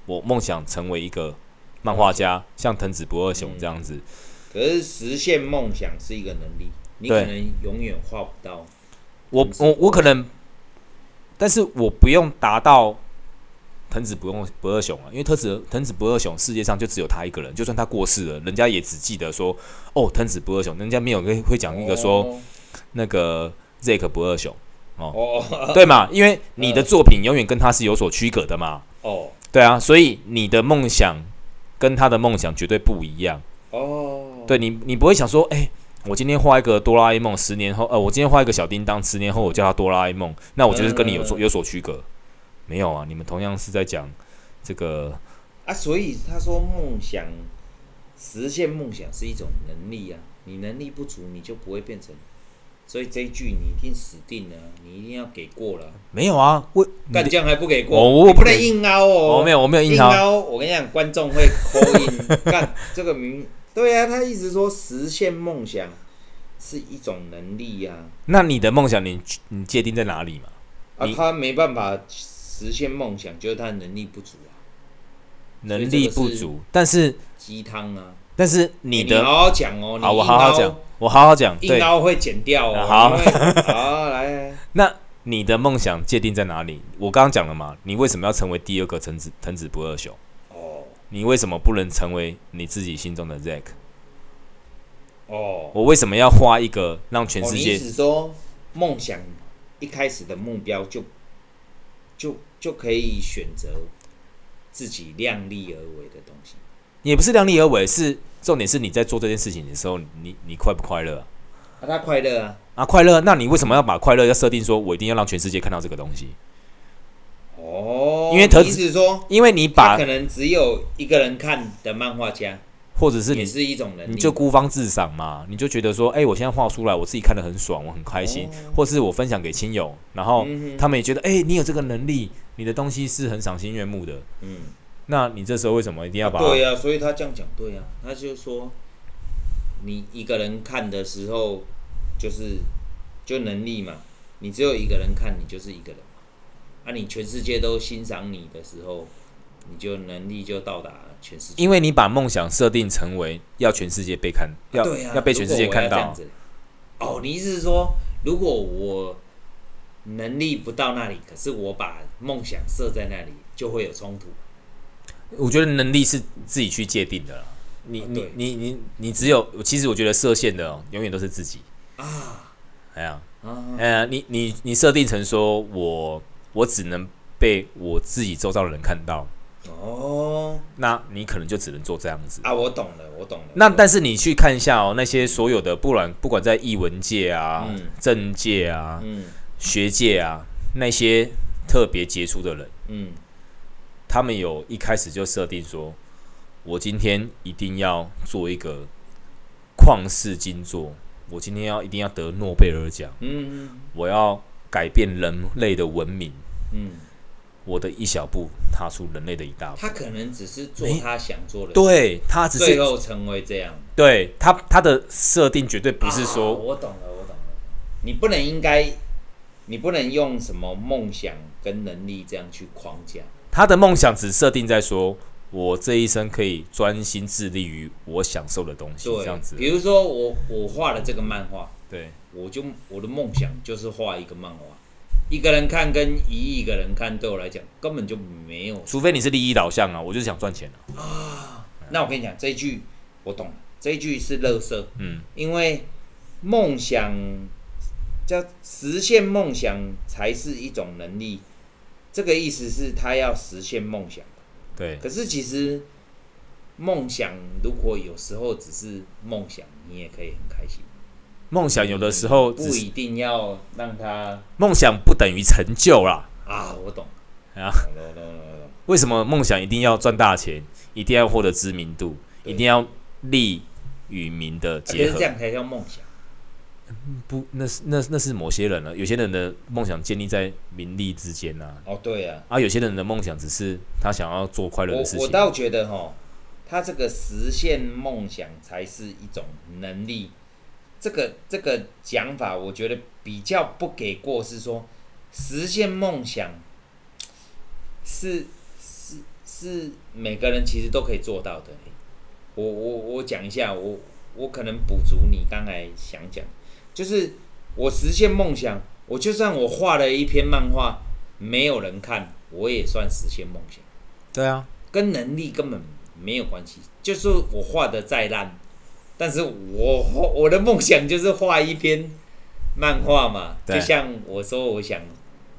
Speaker 1: 我梦想成为一个漫画家，像藤子不二雄这样子。
Speaker 2: 可是实现梦想是一个能力，你
Speaker 1: 对
Speaker 2: 可能永远画不到。
Speaker 1: 我
Speaker 2: 藤子
Speaker 1: 我我可能，但是我不用达到藤子不用不二雄啊，因为藤子藤子不二雄世界上就只有他一个人，就算他过世了，人家也只记得说哦藤子不二雄，人家没有会会讲一个说、那个 Zack 不二雄，
Speaker 2: 哦哦
Speaker 1: 对嘛？因为你的作品永远跟他是有所区隔的嘛，
Speaker 2: 哦
Speaker 1: 对啊，所以你的梦想跟他的梦想绝对不一样。
Speaker 2: 哦，
Speaker 1: 对你，你不会想说，哎、我今天画一个哆啦 A 梦，十年后，呃，我今天画一个小叮当，十年后我叫他哆啦 A 梦，那我就是跟你有所
Speaker 2: 嗯
Speaker 1: 有所区隔。没有啊，你们同样是在讲这个，
Speaker 2: 啊，所以他说梦想实现梦想是一种能力啊，你能力不足，你就不会变成。所以这一句你一定死定了啊，你一定要给过了啊。
Speaker 1: 没有啊，我
Speaker 2: 干
Speaker 1: 你
Speaker 2: 这样还不给过，
Speaker 1: 哦我
Speaker 2: 你不
Speaker 1: 不
Speaker 2: 能
Speaker 1: 给
Speaker 2: 硬凹哦。
Speaker 1: 我没有我没有
Speaker 2: 硬
Speaker 1: 硬凹，
Speaker 2: 凹，我跟你讲，观众会扣音。干这个名，对啊，他一直说实现梦想是一种能力啊呀、
Speaker 1: 那你的梦想你你界定在哪里嘛？
Speaker 2: 啊，
Speaker 1: 你
Speaker 2: 他没办法实现梦想，就是他能力不足啊，以
Speaker 1: 能
Speaker 2: 这
Speaker 1: 力
Speaker 2: 个
Speaker 1: 不
Speaker 2: 是
Speaker 1: 足，但是
Speaker 2: 鸡汤啊。
Speaker 1: 但是你
Speaker 2: 欸
Speaker 1: 的
Speaker 2: 好好讲哦，你
Speaker 1: 好，我
Speaker 2: 硬
Speaker 1: 好好
Speaker 2: 凹
Speaker 1: 讲，，我好好讲，
Speaker 2: 硬
Speaker 1: 对，
Speaker 2: 凹会剪掉哦。
Speaker 1: 啊好
Speaker 2: 因为好来，
Speaker 1: 那你的梦想界定在哪里？我刚刚讲了嘛，你为什么要成为第二个藤子藤子不二雄？
Speaker 2: 哦
Speaker 1: 你为什么不能成为你自己心中的 Zack？
Speaker 2: 哦，
Speaker 1: 我为什么要画一个让全世
Speaker 2: 哦、
Speaker 1: 界
Speaker 2: 你只说梦想一开始的目标就就就可以选择自己量力而为的东西。
Speaker 1: 也不是量力而为，是重点是你在做这件事情的时候，你你快不快乐啊
Speaker 2: 啊，他快乐啊！
Speaker 1: 啊？快乐，那你为什么要把快乐要设定说我一定要让全世界看到这个东西？
Speaker 2: 哦，
Speaker 1: 因为啊他
Speaker 2: 你意思是说，
Speaker 1: 因为你
Speaker 2: 他
Speaker 1: 把
Speaker 2: 可能只有一个人看的漫画家，
Speaker 1: 或者是
Speaker 2: 也
Speaker 1: 你
Speaker 2: 是一种能力。
Speaker 1: 你就孤芳自赏嘛，你就觉得说，哎、我现在画出来，我自己看得很爽，我很开心，
Speaker 2: 哦
Speaker 1: 或是我分享给亲友，然后
Speaker 2: 嗯哼
Speaker 1: 他们也觉得，哎、你有这个能力，你的东西是很赏心悦目的。
Speaker 2: 嗯，
Speaker 1: 那你这时候为什么一定要把它？
Speaker 2: 对呀、啊，所以他这样讲对呀、啊，他就说，你一个人看的时候，就是就能力嘛，你只有一个人看，你就是一个人嘛。啊，你全世界都欣赏你的时候，你就能力就到达全世界。
Speaker 1: 因为你把梦想设定成为要全世界被看，要、
Speaker 2: 对啊，
Speaker 1: 要被全世界
Speaker 2: 如果我
Speaker 1: 看
Speaker 2: 要这
Speaker 1: 到
Speaker 2: 样。子。哦，你意思是说，如果我能力不到那里，可是我把梦想设在那里，就会有冲突。
Speaker 1: 我觉得能力是自己去界定的啦。你
Speaker 2: 啊
Speaker 1: 你
Speaker 2: 对
Speaker 1: 你你你只有，其实我觉得设限的哦永远都是自己。
Speaker 2: 啊
Speaker 1: 哎呀，
Speaker 2: 啊！
Speaker 1: 呃，你你你设定成说我我只能被我自己周遭的人看到，
Speaker 2: 哦
Speaker 1: 那你可能就只能做这样子。
Speaker 2: 啊，我懂了，我懂了。
Speaker 1: 那但是你去看一下哦，那些所有的，不管不管在艺文界啊、
Speaker 2: 嗯
Speaker 1: 政界啊、
Speaker 2: 嗯
Speaker 1: 学界啊，那些特别杰出的人，
Speaker 2: 嗯
Speaker 1: 他们有一开始就设定说，我今天一定要做一个旷世金作，我今天要一定要得诺贝尔奖，
Speaker 2: 嗯
Speaker 1: 我要改变人类的文明，
Speaker 2: 嗯，
Speaker 1: 我的一小步踏出人类的一大步。
Speaker 2: 他可能只是做
Speaker 1: 没
Speaker 2: 他想做的，，
Speaker 1: 对他只
Speaker 2: 最
Speaker 1: 是
Speaker 2: 后成为这样。
Speaker 1: 对他他的设定绝对不是
Speaker 2: 啊
Speaker 1: 说
Speaker 2: 我懂了，我懂了。你不能应该，你不能用什么梦想跟能力这样去框架。
Speaker 1: 他的梦想只设定在说，我这一生可以专心致力于我享受的东西，这
Speaker 2: 对，
Speaker 1: 样子。
Speaker 2: 比如说我我画了这个漫画，
Speaker 1: 对，
Speaker 2: 我就我的梦想就是画一个漫画，一个人看跟一亿个人看对我来讲根本就没有。
Speaker 1: 除非你是利益导向啊，我就是想赚钱啊。
Speaker 2: 那我跟你讲，这一句我懂了，这一句是垃圾，
Speaker 1: 嗯，
Speaker 2: 因为梦想叫实现梦想才是一种能力，这个意思是他要实现梦想。
Speaker 1: 对，
Speaker 2: 可是其实梦想如果有时候只是梦想，你也可以很开心。
Speaker 1: 梦想有的时候只
Speaker 2: 不
Speaker 1: 是
Speaker 2: 一定要让他
Speaker 1: 梦想不等于成就啦。
Speaker 2: 啊，我懂
Speaker 1: 啊
Speaker 2: 懂懂懂懂懂
Speaker 1: 为什么梦想一定要赚大钱，一定要获得知名度，
Speaker 2: 对
Speaker 1: 一定要利与民的
Speaker 2: 可
Speaker 1: 结
Speaker 2: 是
Speaker 1: 合
Speaker 2: 这？样才叫梦想。
Speaker 1: 不，那是那那是某些人啊了、有些人的梦想建立在名利之间呐、啊。
Speaker 2: 哦，对啊，
Speaker 1: 有些人的梦想只是他想要做快乐的事
Speaker 2: 我我
Speaker 1: 情。
Speaker 2: 倒觉得哈，他这个实现梦想才是一种能力。这个这个讲法，我觉得比较不给过，是说实现梦想是是是每个人其实都可以做到的。我我我讲一下，我我可能补足你刚才想讲，就是我实现梦想，我就算我画了一篇漫画，没有人看，我也算实现梦想。
Speaker 1: 对啊，
Speaker 2: 跟能力根本没有关系。就是我画的再烂，但是我画我的梦想就是画一篇漫画嘛，
Speaker 1: 对
Speaker 2: 就像我说我想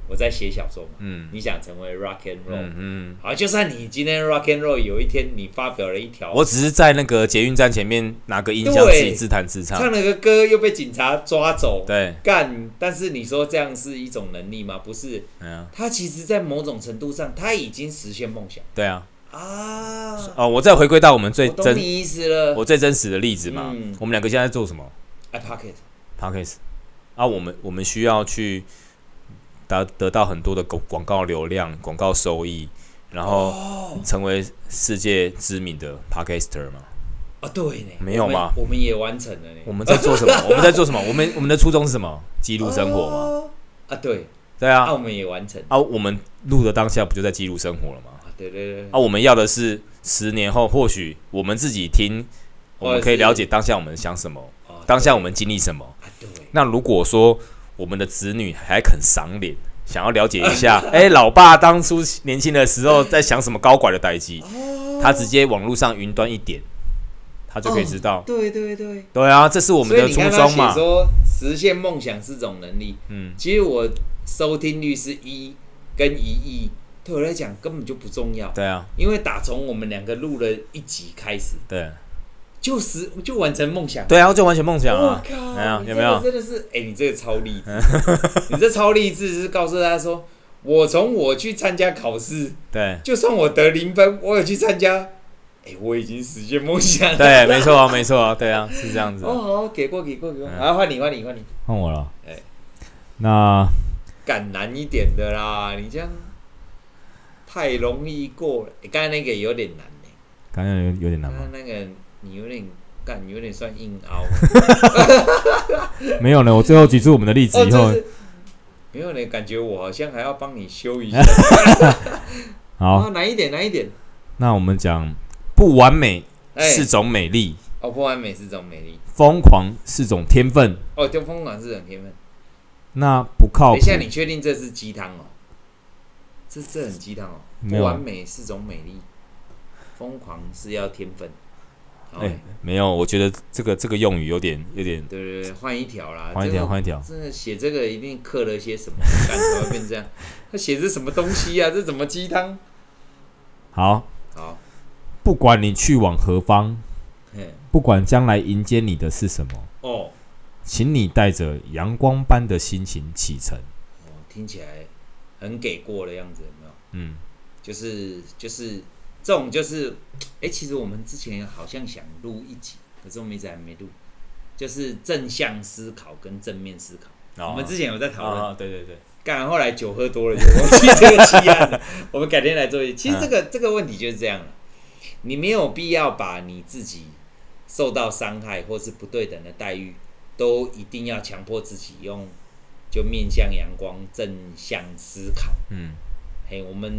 Speaker 2: 我在写小说嘛，
Speaker 1: 嗯
Speaker 2: 你想成为 rock and roll，、
Speaker 1: 嗯嗯，
Speaker 2: 好，就算你今天 rock and roll，有一天你发表了一条，
Speaker 1: 我只是在那个捷运站前面拿个音箱自
Speaker 2: 对
Speaker 1: 己自弹自唱。
Speaker 2: 唱了个歌又被警察抓走，
Speaker 1: 对，
Speaker 2: 干，但是你说这样是一种能力吗？不是，
Speaker 1: 嗯、啊，
Speaker 2: 他其实在某种程度上他已经实现梦想
Speaker 1: 对啊。
Speaker 2: 啊，
Speaker 1: 哦，我再回归到我们最
Speaker 2: 我懂
Speaker 1: 真
Speaker 2: 你意思了，
Speaker 1: 我最真实的例子嘛。
Speaker 2: 嗯
Speaker 1: 我们两个现在在做什么
Speaker 2: i p o c k e t
Speaker 1: p o d c a s 啊，我们我们需要去得得到很多的广广告流量、广告收益，然后成为世界知名的 podcaster 嘛。
Speaker 2: 啊，对呢，
Speaker 1: 没有吗
Speaker 2: 我们？我们也完成了呢。
Speaker 1: 我们在做什么？我们在做什么？我们我们的初衷是什么？记录生活嘛。
Speaker 2: 哦啊，对，
Speaker 1: 对
Speaker 2: 啊，
Speaker 1: 啊
Speaker 2: 我，们也完成
Speaker 1: 啊，我们录的当下不就在记录生活了吗？
Speaker 2: 啊，对对对，
Speaker 1: 啊，我们要的是十年后，或许我们自己听，我们可以了解当下我们想什么，
Speaker 2: 啊，
Speaker 1: 当下我们经历什么。
Speaker 2: 啊，对，
Speaker 1: 那如果说我们的子女还肯赏脸，想要了解一 下，哎、老爸当初年轻的时候在想什么高拐的代际，
Speaker 2: 哦
Speaker 1: 他直接网络上云端一点，他就可以知道。
Speaker 2: 对对对，
Speaker 1: 对啊，这哦是我
Speaker 2: 我
Speaker 1: 们的初衷嘛。
Speaker 2: 说实现梦想是种能力，
Speaker 1: 嗯，
Speaker 2: 其实我收听率是一跟一亿，对我来讲根本就不重要，
Speaker 1: 对啊，
Speaker 2: 因为打从我们两个录了一集开始，
Speaker 1: 对，啊
Speaker 2: 就实就完成梦想。
Speaker 1: 对啊，就完全梦想
Speaker 2: 我
Speaker 1: 啊。
Speaker 2: 靠，
Speaker 1: 没有
Speaker 2: 你
Speaker 1: 有
Speaker 2: 这
Speaker 1: 没有
Speaker 2: 个真的是，哎、你这个超励志， 你这超励志是告诉大家说，我从我去参加考试，
Speaker 1: 对，啊
Speaker 2: 就算我得零分，我有去参加，哎、我已经实现梦想了。
Speaker 1: 对，没错啊，没错啊，对啊，是这样子啊。
Speaker 2: 哦，好，给过，给过，给过。
Speaker 1: 嗯
Speaker 2: 好，换你，换你，换你，
Speaker 1: 换我了。
Speaker 2: 哎
Speaker 1: 那
Speaker 2: 敢难一点的啦，你这样太容易过了。哎刚、才那个有点难呢、
Speaker 1: 刚刚有有点难
Speaker 2: 刚
Speaker 1: 吗？
Speaker 2: 刚那个你有点干，有点算硬 凹。哦
Speaker 1: 没有呢，我最后举出我们的例子
Speaker 2: 嗯哦，
Speaker 1: 以后
Speaker 2: 这，是 没有呢，感觉我好像还要帮你修一下。哦
Speaker 1: 好，
Speaker 2: 啊，难一点，难一点。
Speaker 1: 那我们讲不完美
Speaker 2: 哎、
Speaker 1: 是种美丽，
Speaker 2: 哦，不完美是种美丽，
Speaker 1: 疯狂是种天分。
Speaker 2: 哦，就疯狂是种天分。
Speaker 1: 那哦不靠谱
Speaker 2: 等一，下，你确定这是鸡汤哦？这这很鸡汤哦。
Speaker 1: 没
Speaker 2: 不
Speaker 1: 有啊
Speaker 2: 完美是种美丽，疯狂是要天分。好
Speaker 1: 哎、没有，我觉得这个这个用语有点有点
Speaker 2: 对对对，换一条啦，
Speaker 1: 换一条，换一条。
Speaker 2: 真的写这个一定刻了些什么，感觉会变这样。他写的什么东西啊？这怎么鸡汤？
Speaker 1: 好，
Speaker 2: 好，
Speaker 1: 不管你去往何方，
Speaker 2: 嘿，
Speaker 1: 不管将来迎接你的是什么，
Speaker 2: 哦，
Speaker 1: 请你带着阳光般的心情启程。
Speaker 2: 哦，听起来很给过的样子，有没有？
Speaker 1: 嗯，
Speaker 2: 就是就是这种就是，哎、其实我们之前好像想录一集，可是我们一直还没录，就是正向思考跟正面思考。我们之前有在讨论，
Speaker 1: 啊，对对对，
Speaker 2: 干、后来酒喝多了就忘记这个提案了。 我们改天来做一集。其实这个、这个问题就是这样了，你没有必要把你自己受到伤害或是不对等的待遇，都一定要强迫自己用就面向阳光、正向思考。
Speaker 1: 嗯，
Speaker 2: 嘿，我们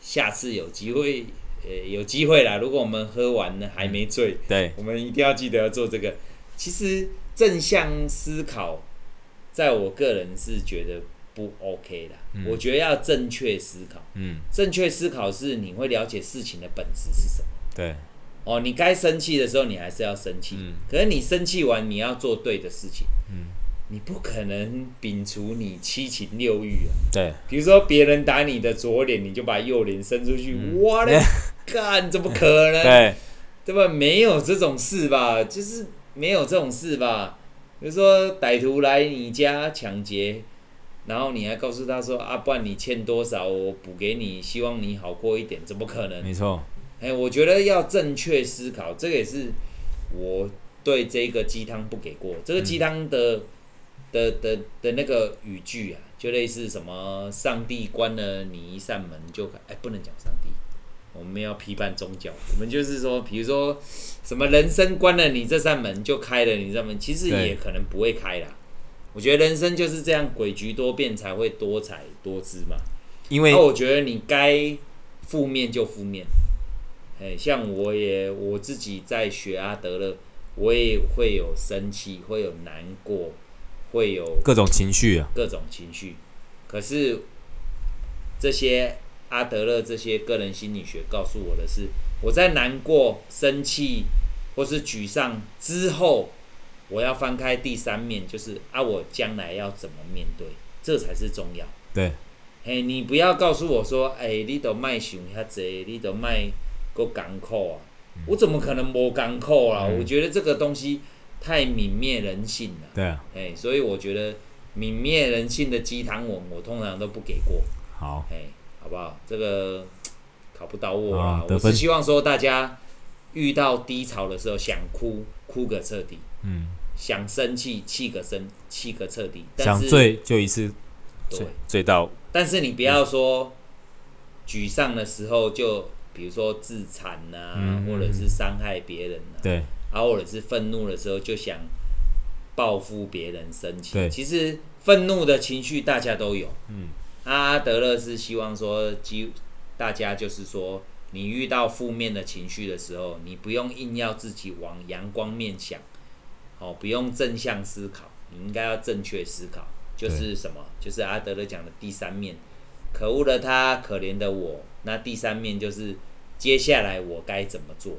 Speaker 2: 下次有机会，呃，有机会啦。如果我们喝完呢还没醉，
Speaker 1: 嗯对，
Speaker 2: 我们一定要记得要做这个。其实正向思考，在我个人是觉得不 OK 的。我觉得要正确思考，
Speaker 1: 嗯，
Speaker 2: 正确思考是你会了解事情的本质是什么。
Speaker 1: 对，
Speaker 2: 哦，你该生气的时候，你还是要生气。
Speaker 1: 嗯
Speaker 2: 可是你生气完，你要做对的事情。你不可能摒除你七情六欲啊。
Speaker 1: 对，
Speaker 2: 比如说别人打你的左脸，你就把右脸伸出去，我的干，怎么可能？
Speaker 1: 对，
Speaker 2: 对吧？没有这种事吧？就是没有这种事吧？比如说歹徒来你家抢劫，然后你还告诉他说啊，不然你欠多少，我补给你，希望你好过一点，怎么可能？
Speaker 1: 没错，
Speaker 2: 哎、我觉得要正确思考，这个也是我对这个鸡汤不给过。这个鸡汤的、的的的那个语句啊，就类似什么“上帝关了你一扇门就开”，哎、不能讲上帝，我们要批判宗教，我们就是说，比如说什么人生关了你这扇门就开了你这扇门，其实
Speaker 1: 对
Speaker 2: 也可能不会开啦。我觉得人生就是这样，诡局多变才会多彩多姿嘛。
Speaker 1: 因为
Speaker 2: 那我觉得你该负面就负面，哎，像我也我自己在学阿德勒，我也会有生气，会有难过，会有
Speaker 1: 各种情绪啊，
Speaker 2: 各种情绪。可是这些阿德勒这些个人心理学告诉我的是，我在难过、生气或是沮丧之后，我要翻开第三面，就是啊，我将来要怎么面对，这才是重要。
Speaker 1: 对，
Speaker 2: 嘿，你不要告诉我说，哎、你都卖想遐济，你都卖够艰苦啊！
Speaker 1: 嗯
Speaker 2: 我怎么可能无艰苦啊？我觉得这个东西太泯灭人性了。
Speaker 1: 对啊，
Speaker 2: 哎、所以我觉得泯灭人性的鸡汤文，我通常都不给过。
Speaker 1: 好，
Speaker 2: 哎、好不好？这个考不到我啦
Speaker 1: 啊。得
Speaker 2: 我
Speaker 1: 分
Speaker 2: 是希望说大家遇到低潮的时候，想哭哭个彻底，
Speaker 1: 嗯，
Speaker 2: 想生气气个生气个彻底，但
Speaker 1: 想
Speaker 2: 是
Speaker 1: 醉就一次
Speaker 2: 对
Speaker 1: 醉，醉到
Speaker 2: 但是你不要说沮丧的时候就，比如说自残啊，
Speaker 1: 嗯
Speaker 2: 或者是伤害别人啊，
Speaker 1: 对，
Speaker 2: 啊，或者是愤怒的时候就想报复别人生气。
Speaker 1: 对
Speaker 2: 其实愤怒的情绪大家都有。
Speaker 1: 嗯，
Speaker 2: 阿德勒是希望说，基大家就是说，你遇到负面的情绪的时候，你不用硬要自己往阳光面想，哦，不用正向思考，你应该要正确思考，就是什么？就是阿德勒讲的第三面，可恶的他，可怜的我。那第三面就是接下来我该怎么做？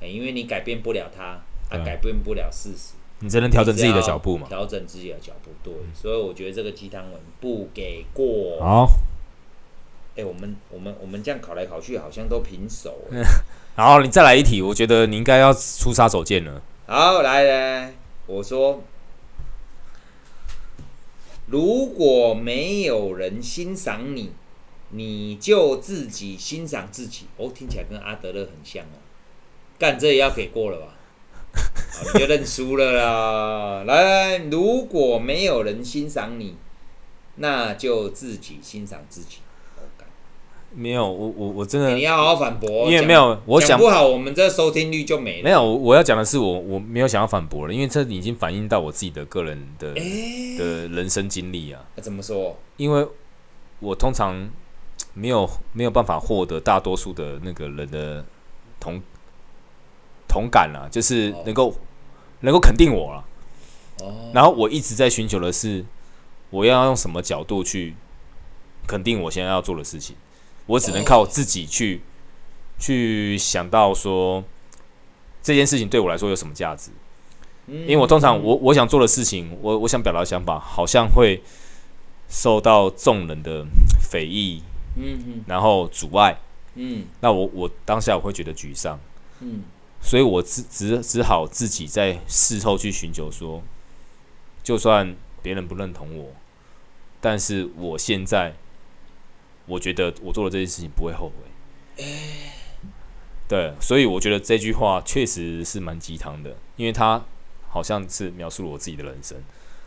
Speaker 2: 哎，因为你改变不了他，他、
Speaker 1: 对啊
Speaker 2: 改变不了事实，
Speaker 1: 你只能调整自己的脚步嘛。
Speaker 2: 调整自己的脚步，对。所以我觉得这个鸡汤文不给过。
Speaker 1: 好，
Speaker 2: 哎、我们我们我们这样考来考去，好像都平手欸。
Speaker 1: 然后你再来一题，我觉得你应该要出杀手锏了。
Speaker 2: 好，来来，我说，如果没有人欣赏你，你就自己欣赏自己。哦，听起来跟阿德勒很像哦。干，这也要给过了吧？好，你就认输了啦。 来来，来如果没有人欣赏你，那就自己欣赏自己。哦干
Speaker 1: 没有，我我我真的，
Speaker 2: 你要好好反驳，
Speaker 1: 因为
Speaker 2: 讲
Speaker 1: 没有，我
Speaker 2: 讲
Speaker 1: 想
Speaker 2: 不好，我们这收听率就没了。
Speaker 1: 没有，我我要讲的是我我没有想要反驳了，因为这已经反映到我自己的个人的
Speaker 2: 哎、
Speaker 1: 的人生经历啊。
Speaker 2: 那怎么说？
Speaker 1: 因为我通常没有没有办法获得大多数的那个人的同同感了、就是
Speaker 2: 哦
Speaker 1: 能够、能够肯定我了、
Speaker 2: 哦，
Speaker 1: 然后我一直在寻求的是，我要用什么角度去肯定我现在要做的事情。我只能靠自己去、去想到说这件事情对我来说有什么价值。因
Speaker 2: 因
Speaker 1: 为我通常我我想做的事情，我我想表达的想法，好像会受到众人的非议，
Speaker 2: 嗯
Speaker 1: 然后阻碍。
Speaker 2: 嗯嗯
Speaker 1: 那我我当下我会觉得沮丧，
Speaker 2: 嗯，
Speaker 1: 所以我只只只好自己在事后去寻求说，就算别人不认同我，但是我现在我觉得我做了这件事情不会后悔。对，所以我觉得这句话确实是蛮鸡汤的，因为它好像是描述了我自己的人生。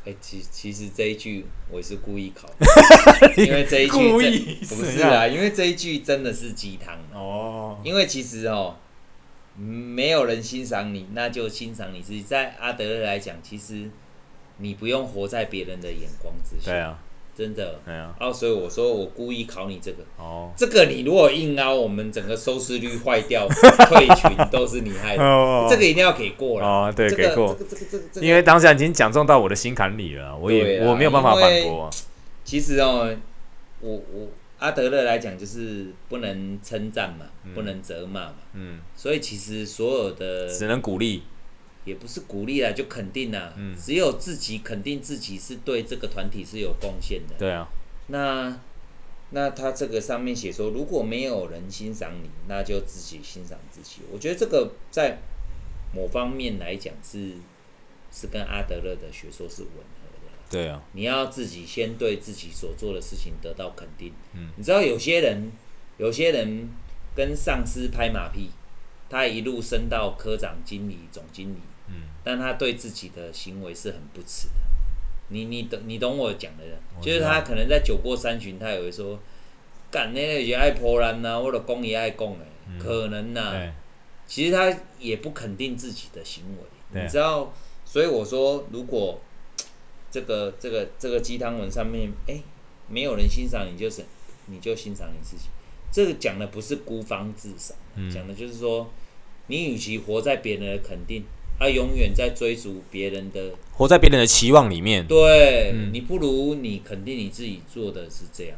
Speaker 2: 哎、其其实这一句我是故意考的， 因为这一句真
Speaker 1: 故意
Speaker 2: 不是
Speaker 1: 谁啊
Speaker 2: 啊，因为这一句真的是鸡汤。啊
Speaker 1: 哦，
Speaker 2: 因为其实哦，嗯没有人欣赏你，那就欣赏你自己。在阿德勒来讲，其实你不用活在别人的眼光之下，
Speaker 1: 对啊，
Speaker 2: 真的。
Speaker 1: 对啊，
Speaker 2: 哦，所以我说我故意考你这个，
Speaker 1: 哦，
Speaker 2: 这个你如果硬凹，我们整个收视率坏掉，退群都是你 害的。这个一定要给过了。
Speaker 1: 哦，对，
Speaker 2: 这
Speaker 1: 给
Speaker 2: 个
Speaker 1: 过，
Speaker 2: 这个这个这个这 个，
Speaker 1: 因为当下已经讲中到我的心坎里了，我也
Speaker 2: 对啊
Speaker 1: 我没有办法反驳啊。
Speaker 2: 其实哦，我我阿德勒来讲就是不能称赞嘛，不能责骂嘛，
Speaker 1: 嗯，
Speaker 2: 所以其实所有的
Speaker 1: 只能鼓励。
Speaker 2: 也不是鼓励啦，就肯定啦。
Speaker 1: 嗯
Speaker 2: 只有自己肯定自己是对这个团体是有贡献的。
Speaker 1: 对啊，
Speaker 2: 那那他这个上面写说，如果没有人欣赏你，那就自己欣赏自己。我觉得这个在某方面来讲是是跟阿德勒的学说是吻合的。
Speaker 1: 对啊，
Speaker 2: 你要自己先对自己所做的事情得到肯定。
Speaker 1: 嗯
Speaker 2: 你知道有些人，有些人跟上司拍马屁，他一路升到科长、经理、总经理，
Speaker 1: 嗯，
Speaker 2: 但他对自己的行为是很不耻的。你你懂你懂我讲的，就是
Speaker 1: 知道
Speaker 2: 他可能在酒过三巡，他也会说，干那个也爱波兰呐，我的公也爱供
Speaker 1: 嗯
Speaker 2: 哎，可能呐、
Speaker 1: 对，
Speaker 2: 其实他也不肯定自己的行为，
Speaker 1: 对啊
Speaker 2: 你知道，所以我说，如果这个这个这个鸡汤文上面，哎、没有人欣赏你，就是你就欣赏你自己。这个讲的不是孤芳自赏，啊
Speaker 1: 嗯
Speaker 2: 讲、的就是说，你与其活在别人的肯定，而、永远在追逐别人的，
Speaker 1: 活在别人的期望里面。
Speaker 2: 对、
Speaker 1: 嗯
Speaker 2: 你不如你肯定你自己做的是这样，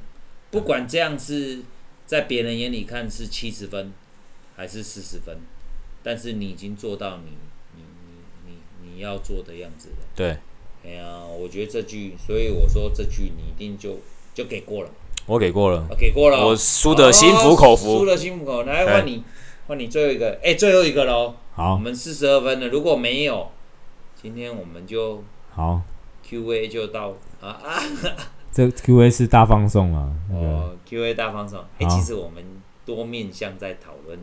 Speaker 2: 不管这样是在别人眼里看是七十分还是四十分，但是你已经做到你你你你你要做的样子了。
Speaker 1: 对，
Speaker 2: 哎呀，我觉得这句，所以我说这句你一定就就给过了，
Speaker 1: 我给过了
Speaker 2: 啊，给过了，
Speaker 1: 我输得心服口服哎
Speaker 2: 哦输的心服口服。来换你，换你最后一个，哎、最后一个喽，我
Speaker 1: 好，
Speaker 2: 们四十二分了，如果没有，今天我们就
Speaker 1: 好，
Speaker 2: Q&A 就到啊啊。
Speaker 1: 这 Q A 是大放送啊，
Speaker 2: 哦，Q&A 大放送。哎、
Speaker 1: 好
Speaker 2: 其实我们多面向在讨论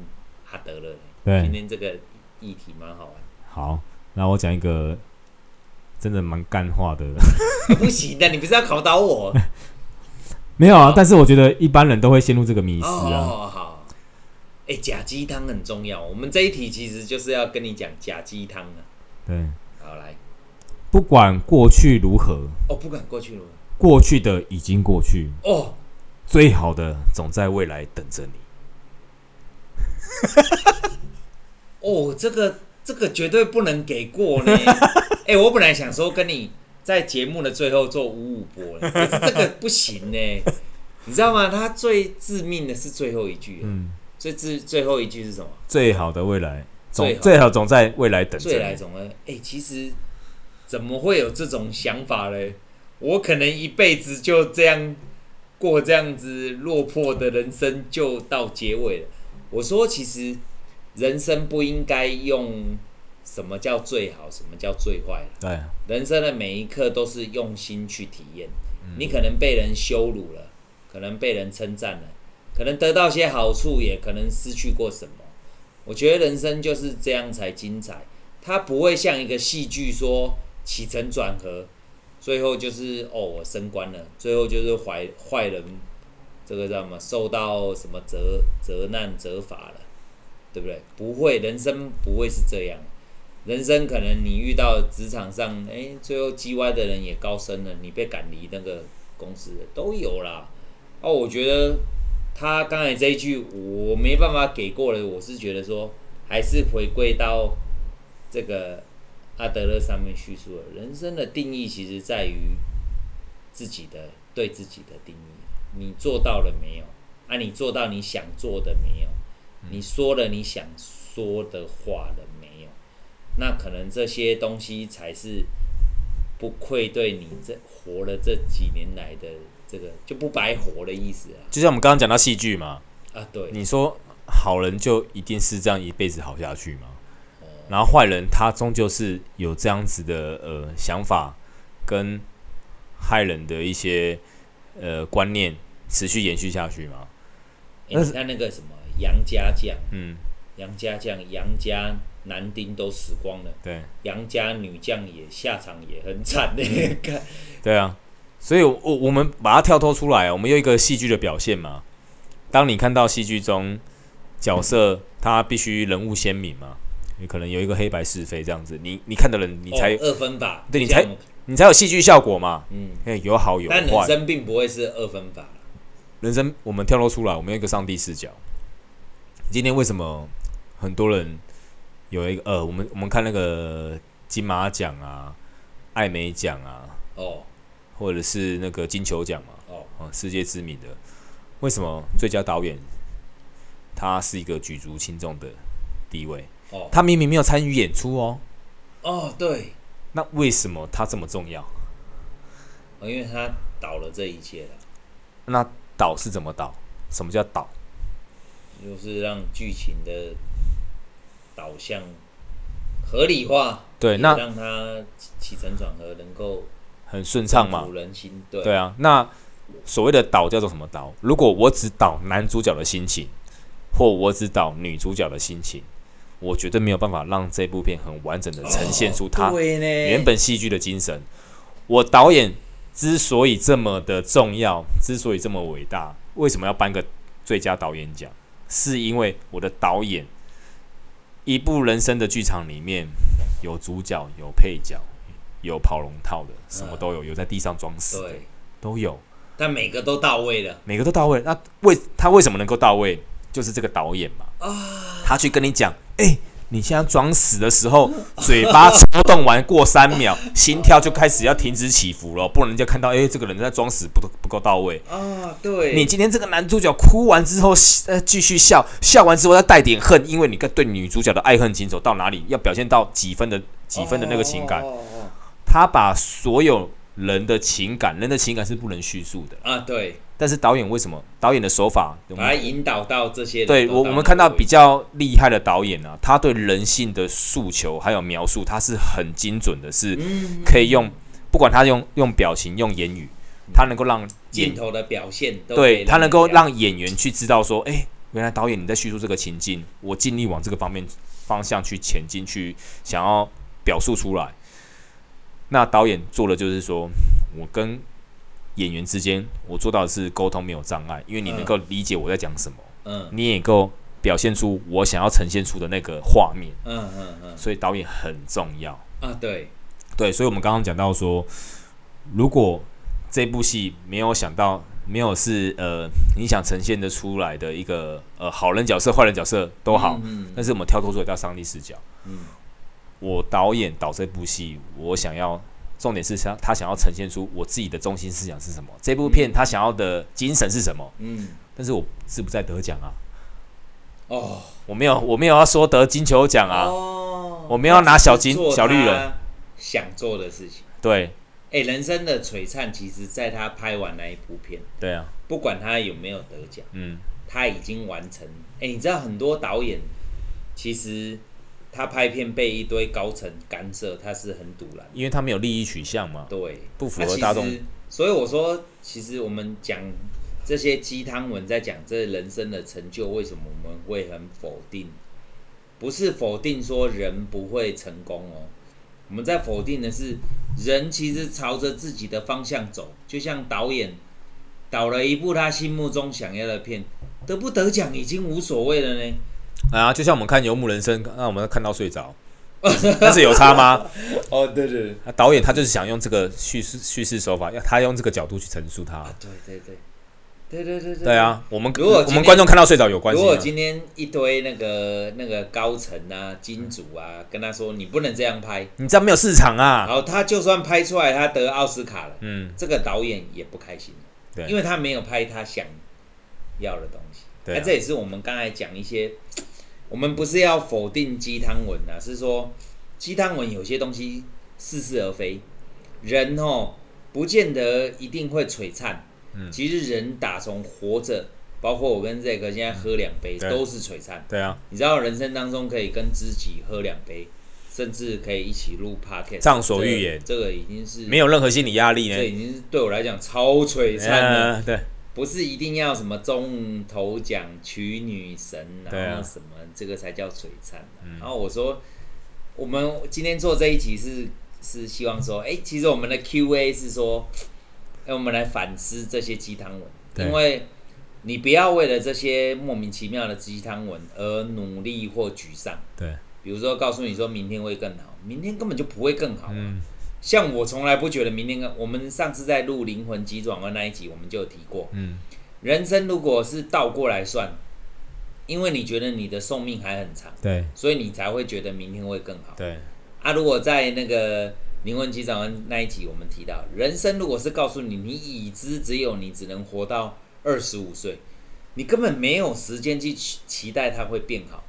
Speaker 2: 阿德勒。
Speaker 1: 对
Speaker 2: 今天这个议题蛮好玩。
Speaker 1: 好，那我讲一个真的蛮干话的，
Speaker 2: 不行的，你不是要考倒我？
Speaker 1: 没有啊
Speaker 2: 好，
Speaker 1: 但是我觉得一般人都会陷入这个迷失啊。
Speaker 2: 哦，好。哎、假鸡汤很重要。我们这一题其实就是要跟你讲假鸡汤啊。
Speaker 1: 对，
Speaker 2: 好来，
Speaker 1: 不管过去如何，
Speaker 2: 哦，不敢过去了。
Speaker 1: 过去的已经过去，
Speaker 2: 哦，
Speaker 1: 最好的总在未来等着你。
Speaker 2: 哦，这个这个绝对不能给过 呢。哎、我本来想说跟你在节目的最后做五五波呢，可是这个不行呢。你知道吗？他最致命的是最后一句，
Speaker 1: 嗯，
Speaker 2: 最最最后一句是什么？
Speaker 1: 最好的未来总
Speaker 2: 最好
Speaker 1: 最好总在未来等着
Speaker 2: 最来
Speaker 1: 你。
Speaker 2: 总会，哎、其实怎么会有这种想法嘞？我可能一辈子就这样过这样子落魄的人生，就到结尾了。我说，其实人生不应该用什么叫最好，什么叫最坏啦
Speaker 1: 对，
Speaker 2: 人生的每一刻都是用心去体验。你可能被人羞辱了，可能被人称赞了，可能得到些好处，也可能失去过什么。我觉得人生就是这样才精彩，它不会像一个戏剧说起承转合，最后就是哦我升官了，最后就是坏坏人这个叫什么受到什么责责难责罚了，对不对？不会，人生不会是这样。人生可能你遇到职场上，哎、最后叽歪的人也高升了，你被赶离那个公司的都有啦。哦，我觉得他刚才这一句我没办法给过了，我是觉得说还是回归到这个阿德勒上面叙述的，人生的定义其实在于自己的对自己的定义，你做到了没有？啊，你做到你想做的没有？你说了你想说的话了没有？那可能这些东西才是不愧对你这活了这几年来的这个就不白活的意思啊！
Speaker 1: 就像我们刚刚讲到戏剧嘛，
Speaker 2: 啊，对，
Speaker 1: 你说好人就一定是这样一辈子好下去吗？
Speaker 2: 哦
Speaker 1: 然后坏人他终究是有这样子的呃想法跟害人的一些呃观念持续延续下去吗？
Speaker 2: 欸、你看那个什么杨家将，
Speaker 1: 嗯，
Speaker 2: 杨家将，杨家男丁都死光了，
Speaker 1: 对
Speaker 2: 杨家女将也下场也很惨的、 看
Speaker 1: 对啊，所以我我我们把它跳脱出来，我们用一个戏剧的表现嘛。当你看到戏剧中角色他必须人物鲜明嘛，你可能有一个黑白是非这样子，你你看的人你才、
Speaker 2: 哦、二分法，
Speaker 1: 对你
Speaker 2: 这样
Speaker 1: 才
Speaker 2: 我
Speaker 1: 你才有戏剧效果嘛，
Speaker 2: 嗯，
Speaker 1: 哎，有好有坏。
Speaker 2: 但人生并不会是二分法啦
Speaker 1: 人生我们跳脱出来，我们用一个上帝视角。今天为什么很多人有一个呃，我们我们看那个金马奖啊、艾美奖啊，
Speaker 2: 哦
Speaker 1: 或者是那个金球奖嘛，
Speaker 2: 哦，
Speaker 1: 啊，世界知名的，为什么最佳导演他是一个举足轻重的地位？
Speaker 2: 哦
Speaker 1: 他明明没有参与演出哦，
Speaker 2: 哦，对，
Speaker 1: 那为什么他这么重要？
Speaker 2: 哦因为他倒了这一切了，
Speaker 1: 那导是怎么导？什么叫导？
Speaker 2: 就是让剧情的导向合理化，
Speaker 1: 对，
Speaker 2: 也
Speaker 1: 那
Speaker 2: 让它起起承转合能够
Speaker 1: 很顺畅嘛
Speaker 2: 鼓。人心，对
Speaker 1: 对啊，那所谓的导叫做什么导？如果我只导男主角的心情，或我只导女主角的心情，我绝对没有办法让这部片很完整的呈现出它
Speaker 2: 哦对呢
Speaker 1: 原本戏剧的精神。我导演之所以这么的重要，之所以这么伟大，为什么要颁个最佳导演奖？是因为我的导演，一部人生的剧场里面有主角，有配角，有跑龙套的，什么都有，有在地上装死的
Speaker 2: 对，
Speaker 1: 都有，
Speaker 2: 但每个都到位了
Speaker 1: 每个都到位。那为他为什么能够到位？就是这个导演嘛，他去跟你讲，哎、你现在装死的时 候，嘴巴抽动完过三秒，心跳就开始要停止起伏了，不然人家看到，哎、这个人在装死不不够到位。
Speaker 2: 啊，对，
Speaker 1: 你今天这个男主角哭完之后，呃，继续笑，笑完之后再带点恨，因为你跟对女主角的爱恨情仇到哪里，要表现到几分的几分的那个情感，
Speaker 2: 哦哦哦
Speaker 1: 他把所有人的情感，人的情感是不能叙述的。
Speaker 2: 啊，对，
Speaker 1: 但是导演为什么导演的手法，我
Speaker 2: 把它
Speaker 1: 们
Speaker 2: 引导到这些人
Speaker 1: 对
Speaker 2: 都
Speaker 1: 我我们看
Speaker 2: 那
Speaker 1: 到
Speaker 2: 个位
Speaker 1: 比
Speaker 2: 置
Speaker 1: 较厉害的导演啊，他对人性的诉求还有描述，他是很精准的，是
Speaker 2: 嗯
Speaker 1: 可以用不管他用用表情用言语，他能够让演
Speaker 2: 嗯镜头的表现都可以
Speaker 1: 对
Speaker 2: 人
Speaker 1: 他能够
Speaker 2: 家
Speaker 1: 让演员去知道说，哎、原来导演你在叙述这个情境，我尽力往这个方面方向去前进，去想要表述出来。那导演做的就是说，我跟演员之间，我做到的是沟通没有障碍，因为你能够理解我在讲什么，
Speaker 2: 嗯
Speaker 1: 你也能够表现出我想要呈现出的那个画面，
Speaker 2: 嗯嗯嗯
Speaker 1: 所以导演很重要。
Speaker 2: 啊，对，
Speaker 1: 对，所以我们刚刚讲到说，如果这部戏没有想到，没有是呃你想呈现的出来的一个呃好人角色、坏人角色都好，
Speaker 2: 嗯嗯
Speaker 1: 但是我们跳脱出来到上帝视角，
Speaker 2: 嗯
Speaker 1: 我导演导这部戏，我想要重点是想他想要呈现出我自己的中心思想是什么，这部片他想要的精神是什么，
Speaker 2: 嗯
Speaker 1: 但是我是不在得奖啊，
Speaker 2: 哦
Speaker 1: 我没有我没有要说得金球奖啊，
Speaker 2: 哦
Speaker 1: 我们要拿小金
Speaker 2: 做
Speaker 1: 小绿人
Speaker 2: 他想做的事情。
Speaker 1: 对
Speaker 2: 哎、人生的璀璨，其实在他拍完那一部片，
Speaker 1: 对啊，
Speaker 2: 不管他有没有得奖，
Speaker 1: 嗯
Speaker 2: 他已经完成。哎、你知道很多导演，其实他拍片被一堆高层干涉，他是很堵然。
Speaker 1: 因为他没有利益取向嘛，
Speaker 2: 对，
Speaker 1: 不符
Speaker 2: 啊
Speaker 1: 合
Speaker 2: 其
Speaker 1: 大众
Speaker 2: 实所以我说，其实我们讲这些鸡汤文，在讲这人生的成就，为什么我们会很否定？不是否定说人不会成功哦，我们在否定的是人其实朝着自己的方向走，就像导演导了一部他心目中想要的片，得不得奖已经无所谓了呢。
Speaker 1: 啊，就像我们看《游牧人生》，啊那我们看到睡着， 但是有差吗？
Speaker 2: 哦，对对对，
Speaker 1: 啊导演他就是想用这个叙事叙事手法，要他用这个角度去陈述它
Speaker 2: 啊，，对对对，对对对对
Speaker 1: 对，啊，我们
Speaker 2: 如果
Speaker 1: 我
Speaker 2: 今
Speaker 1: 们
Speaker 2: 天
Speaker 1: 观众看到睡着有关
Speaker 2: 如
Speaker 1: 系、
Speaker 2: 果
Speaker 1: 啊。
Speaker 2: 今天一堆那个那个高层啊、金主啊，跟他说你不能这样拍，
Speaker 1: 你这样没有市场啊
Speaker 2: 然！后他就算拍出来他得奥斯卡了，
Speaker 1: 嗯，
Speaker 2: 这个导演也不开心了
Speaker 1: 对
Speaker 2: 因为他没有拍他想要的东西。那、
Speaker 1: 对啊、
Speaker 2: 这也是我们刚才讲一些，我们不是要否定鸡汤文啊，是说鸡汤文有些东西似是而非，人哦不见得一定会璀璨，
Speaker 1: 嗯
Speaker 2: 其实人打从活着，包括我跟 z 个现在喝两杯、
Speaker 1: 嗯对
Speaker 2: 都是璀璨。
Speaker 1: 对啊，
Speaker 2: 你知道人生当中可以跟知己喝两杯，甚至可以一起录 podcast，
Speaker 1: 畅所欲言
Speaker 2: 这个这个已经是
Speaker 1: 没有任何心理压力
Speaker 2: 这
Speaker 1: 呢。
Speaker 2: 已经是对我来讲超璀璨了。
Speaker 1: 嗯，对，
Speaker 2: 不是一定要什么中头奖娶女神，
Speaker 1: 对啊嗯
Speaker 2: 然后什么、这个才叫璀璨、啊然后我说，我们今天做这一集是是希望说，哎、其实我们的 Q&A 是说，哎、我们来反思这些鸡汤
Speaker 1: 对
Speaker 2: 文，因为你不要为了这些莫名其妙的鸡汤文而努力或沮丧。
Speaker 1: 对，
Speaker 2: 比如说，告诉你说明天会更好，明天根本就不会更好啊、
Speaker 1: 嗯，
Speaker 2: 像我从来不觉得明天更，我们上次在录《灵魂急转弯》那一集，我们就有提过，
Speaker 1: 嗯，
Speaker 2: 人生如果是倒过来算，因为你觉得你的寿命还很长，
Speaker 1: 对，
Speaker 2: 所以你才会觉得明天会更好。
Speaker 1: 对，
Speaker 2: 啊，如果在那个灵魂急转弯那一集，我们提到，人生如果是告诉你，你已知只有你只能活到二十五岁，你根本没有时间去期期待它会变好，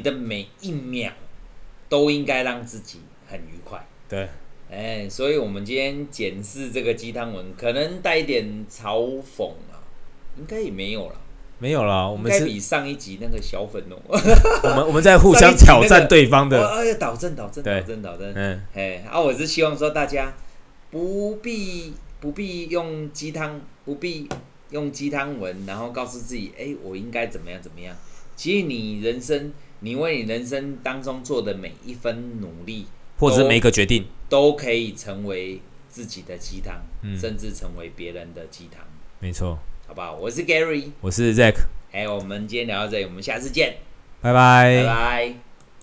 Speaker 1: 对，
Speaker 2: 的每一秒都应该让自己很愉快。
Speaker 1: 对，
Speaker 2: 哎，所以我们今天检视这个鸡汤文，可能带一点嘲讽啊，应该也没有了。
Speaker 1: 没有啦，我
Speaker 2: 应
Speaker 1: 们
Speaker 2: 该
Speaker 1: 是，
Speaker 2: 比上一集那个小粉哦，
Speaker 1: 我们我们在互相挑战 对方
Speaker 2: 哦
Speaker 1: 的。
Speaker 2: 哎呀，导正导正
Speaker 1: 对
Speaker 2: 导正导正，
Speaker 1: 嗯，
Speaker 2: 哎，啊，我是希望说大家不必不必用鸡汤，不必用鸡汤文，然后告诉自己，哎，我应该怎么样怎么样。其实你人生，你为你人生当中做的每一分努力，
Speaker 1: 或者是每一个决定，
Speaker 2: 都可以成为自己的鸡汤，
Speaker 1: 嗯
Speaker 2: 甚至成为别人的鸡汤，
Speaker 1: 没错。
Speaker 2: 好不好？我是 Gary，
Speaker 1: 我是 Zack，
Speaker 2: 哎，我们今天聊到这里，我们下次见，
Speaker 1: 拜拜
Speaker 2: 拜拜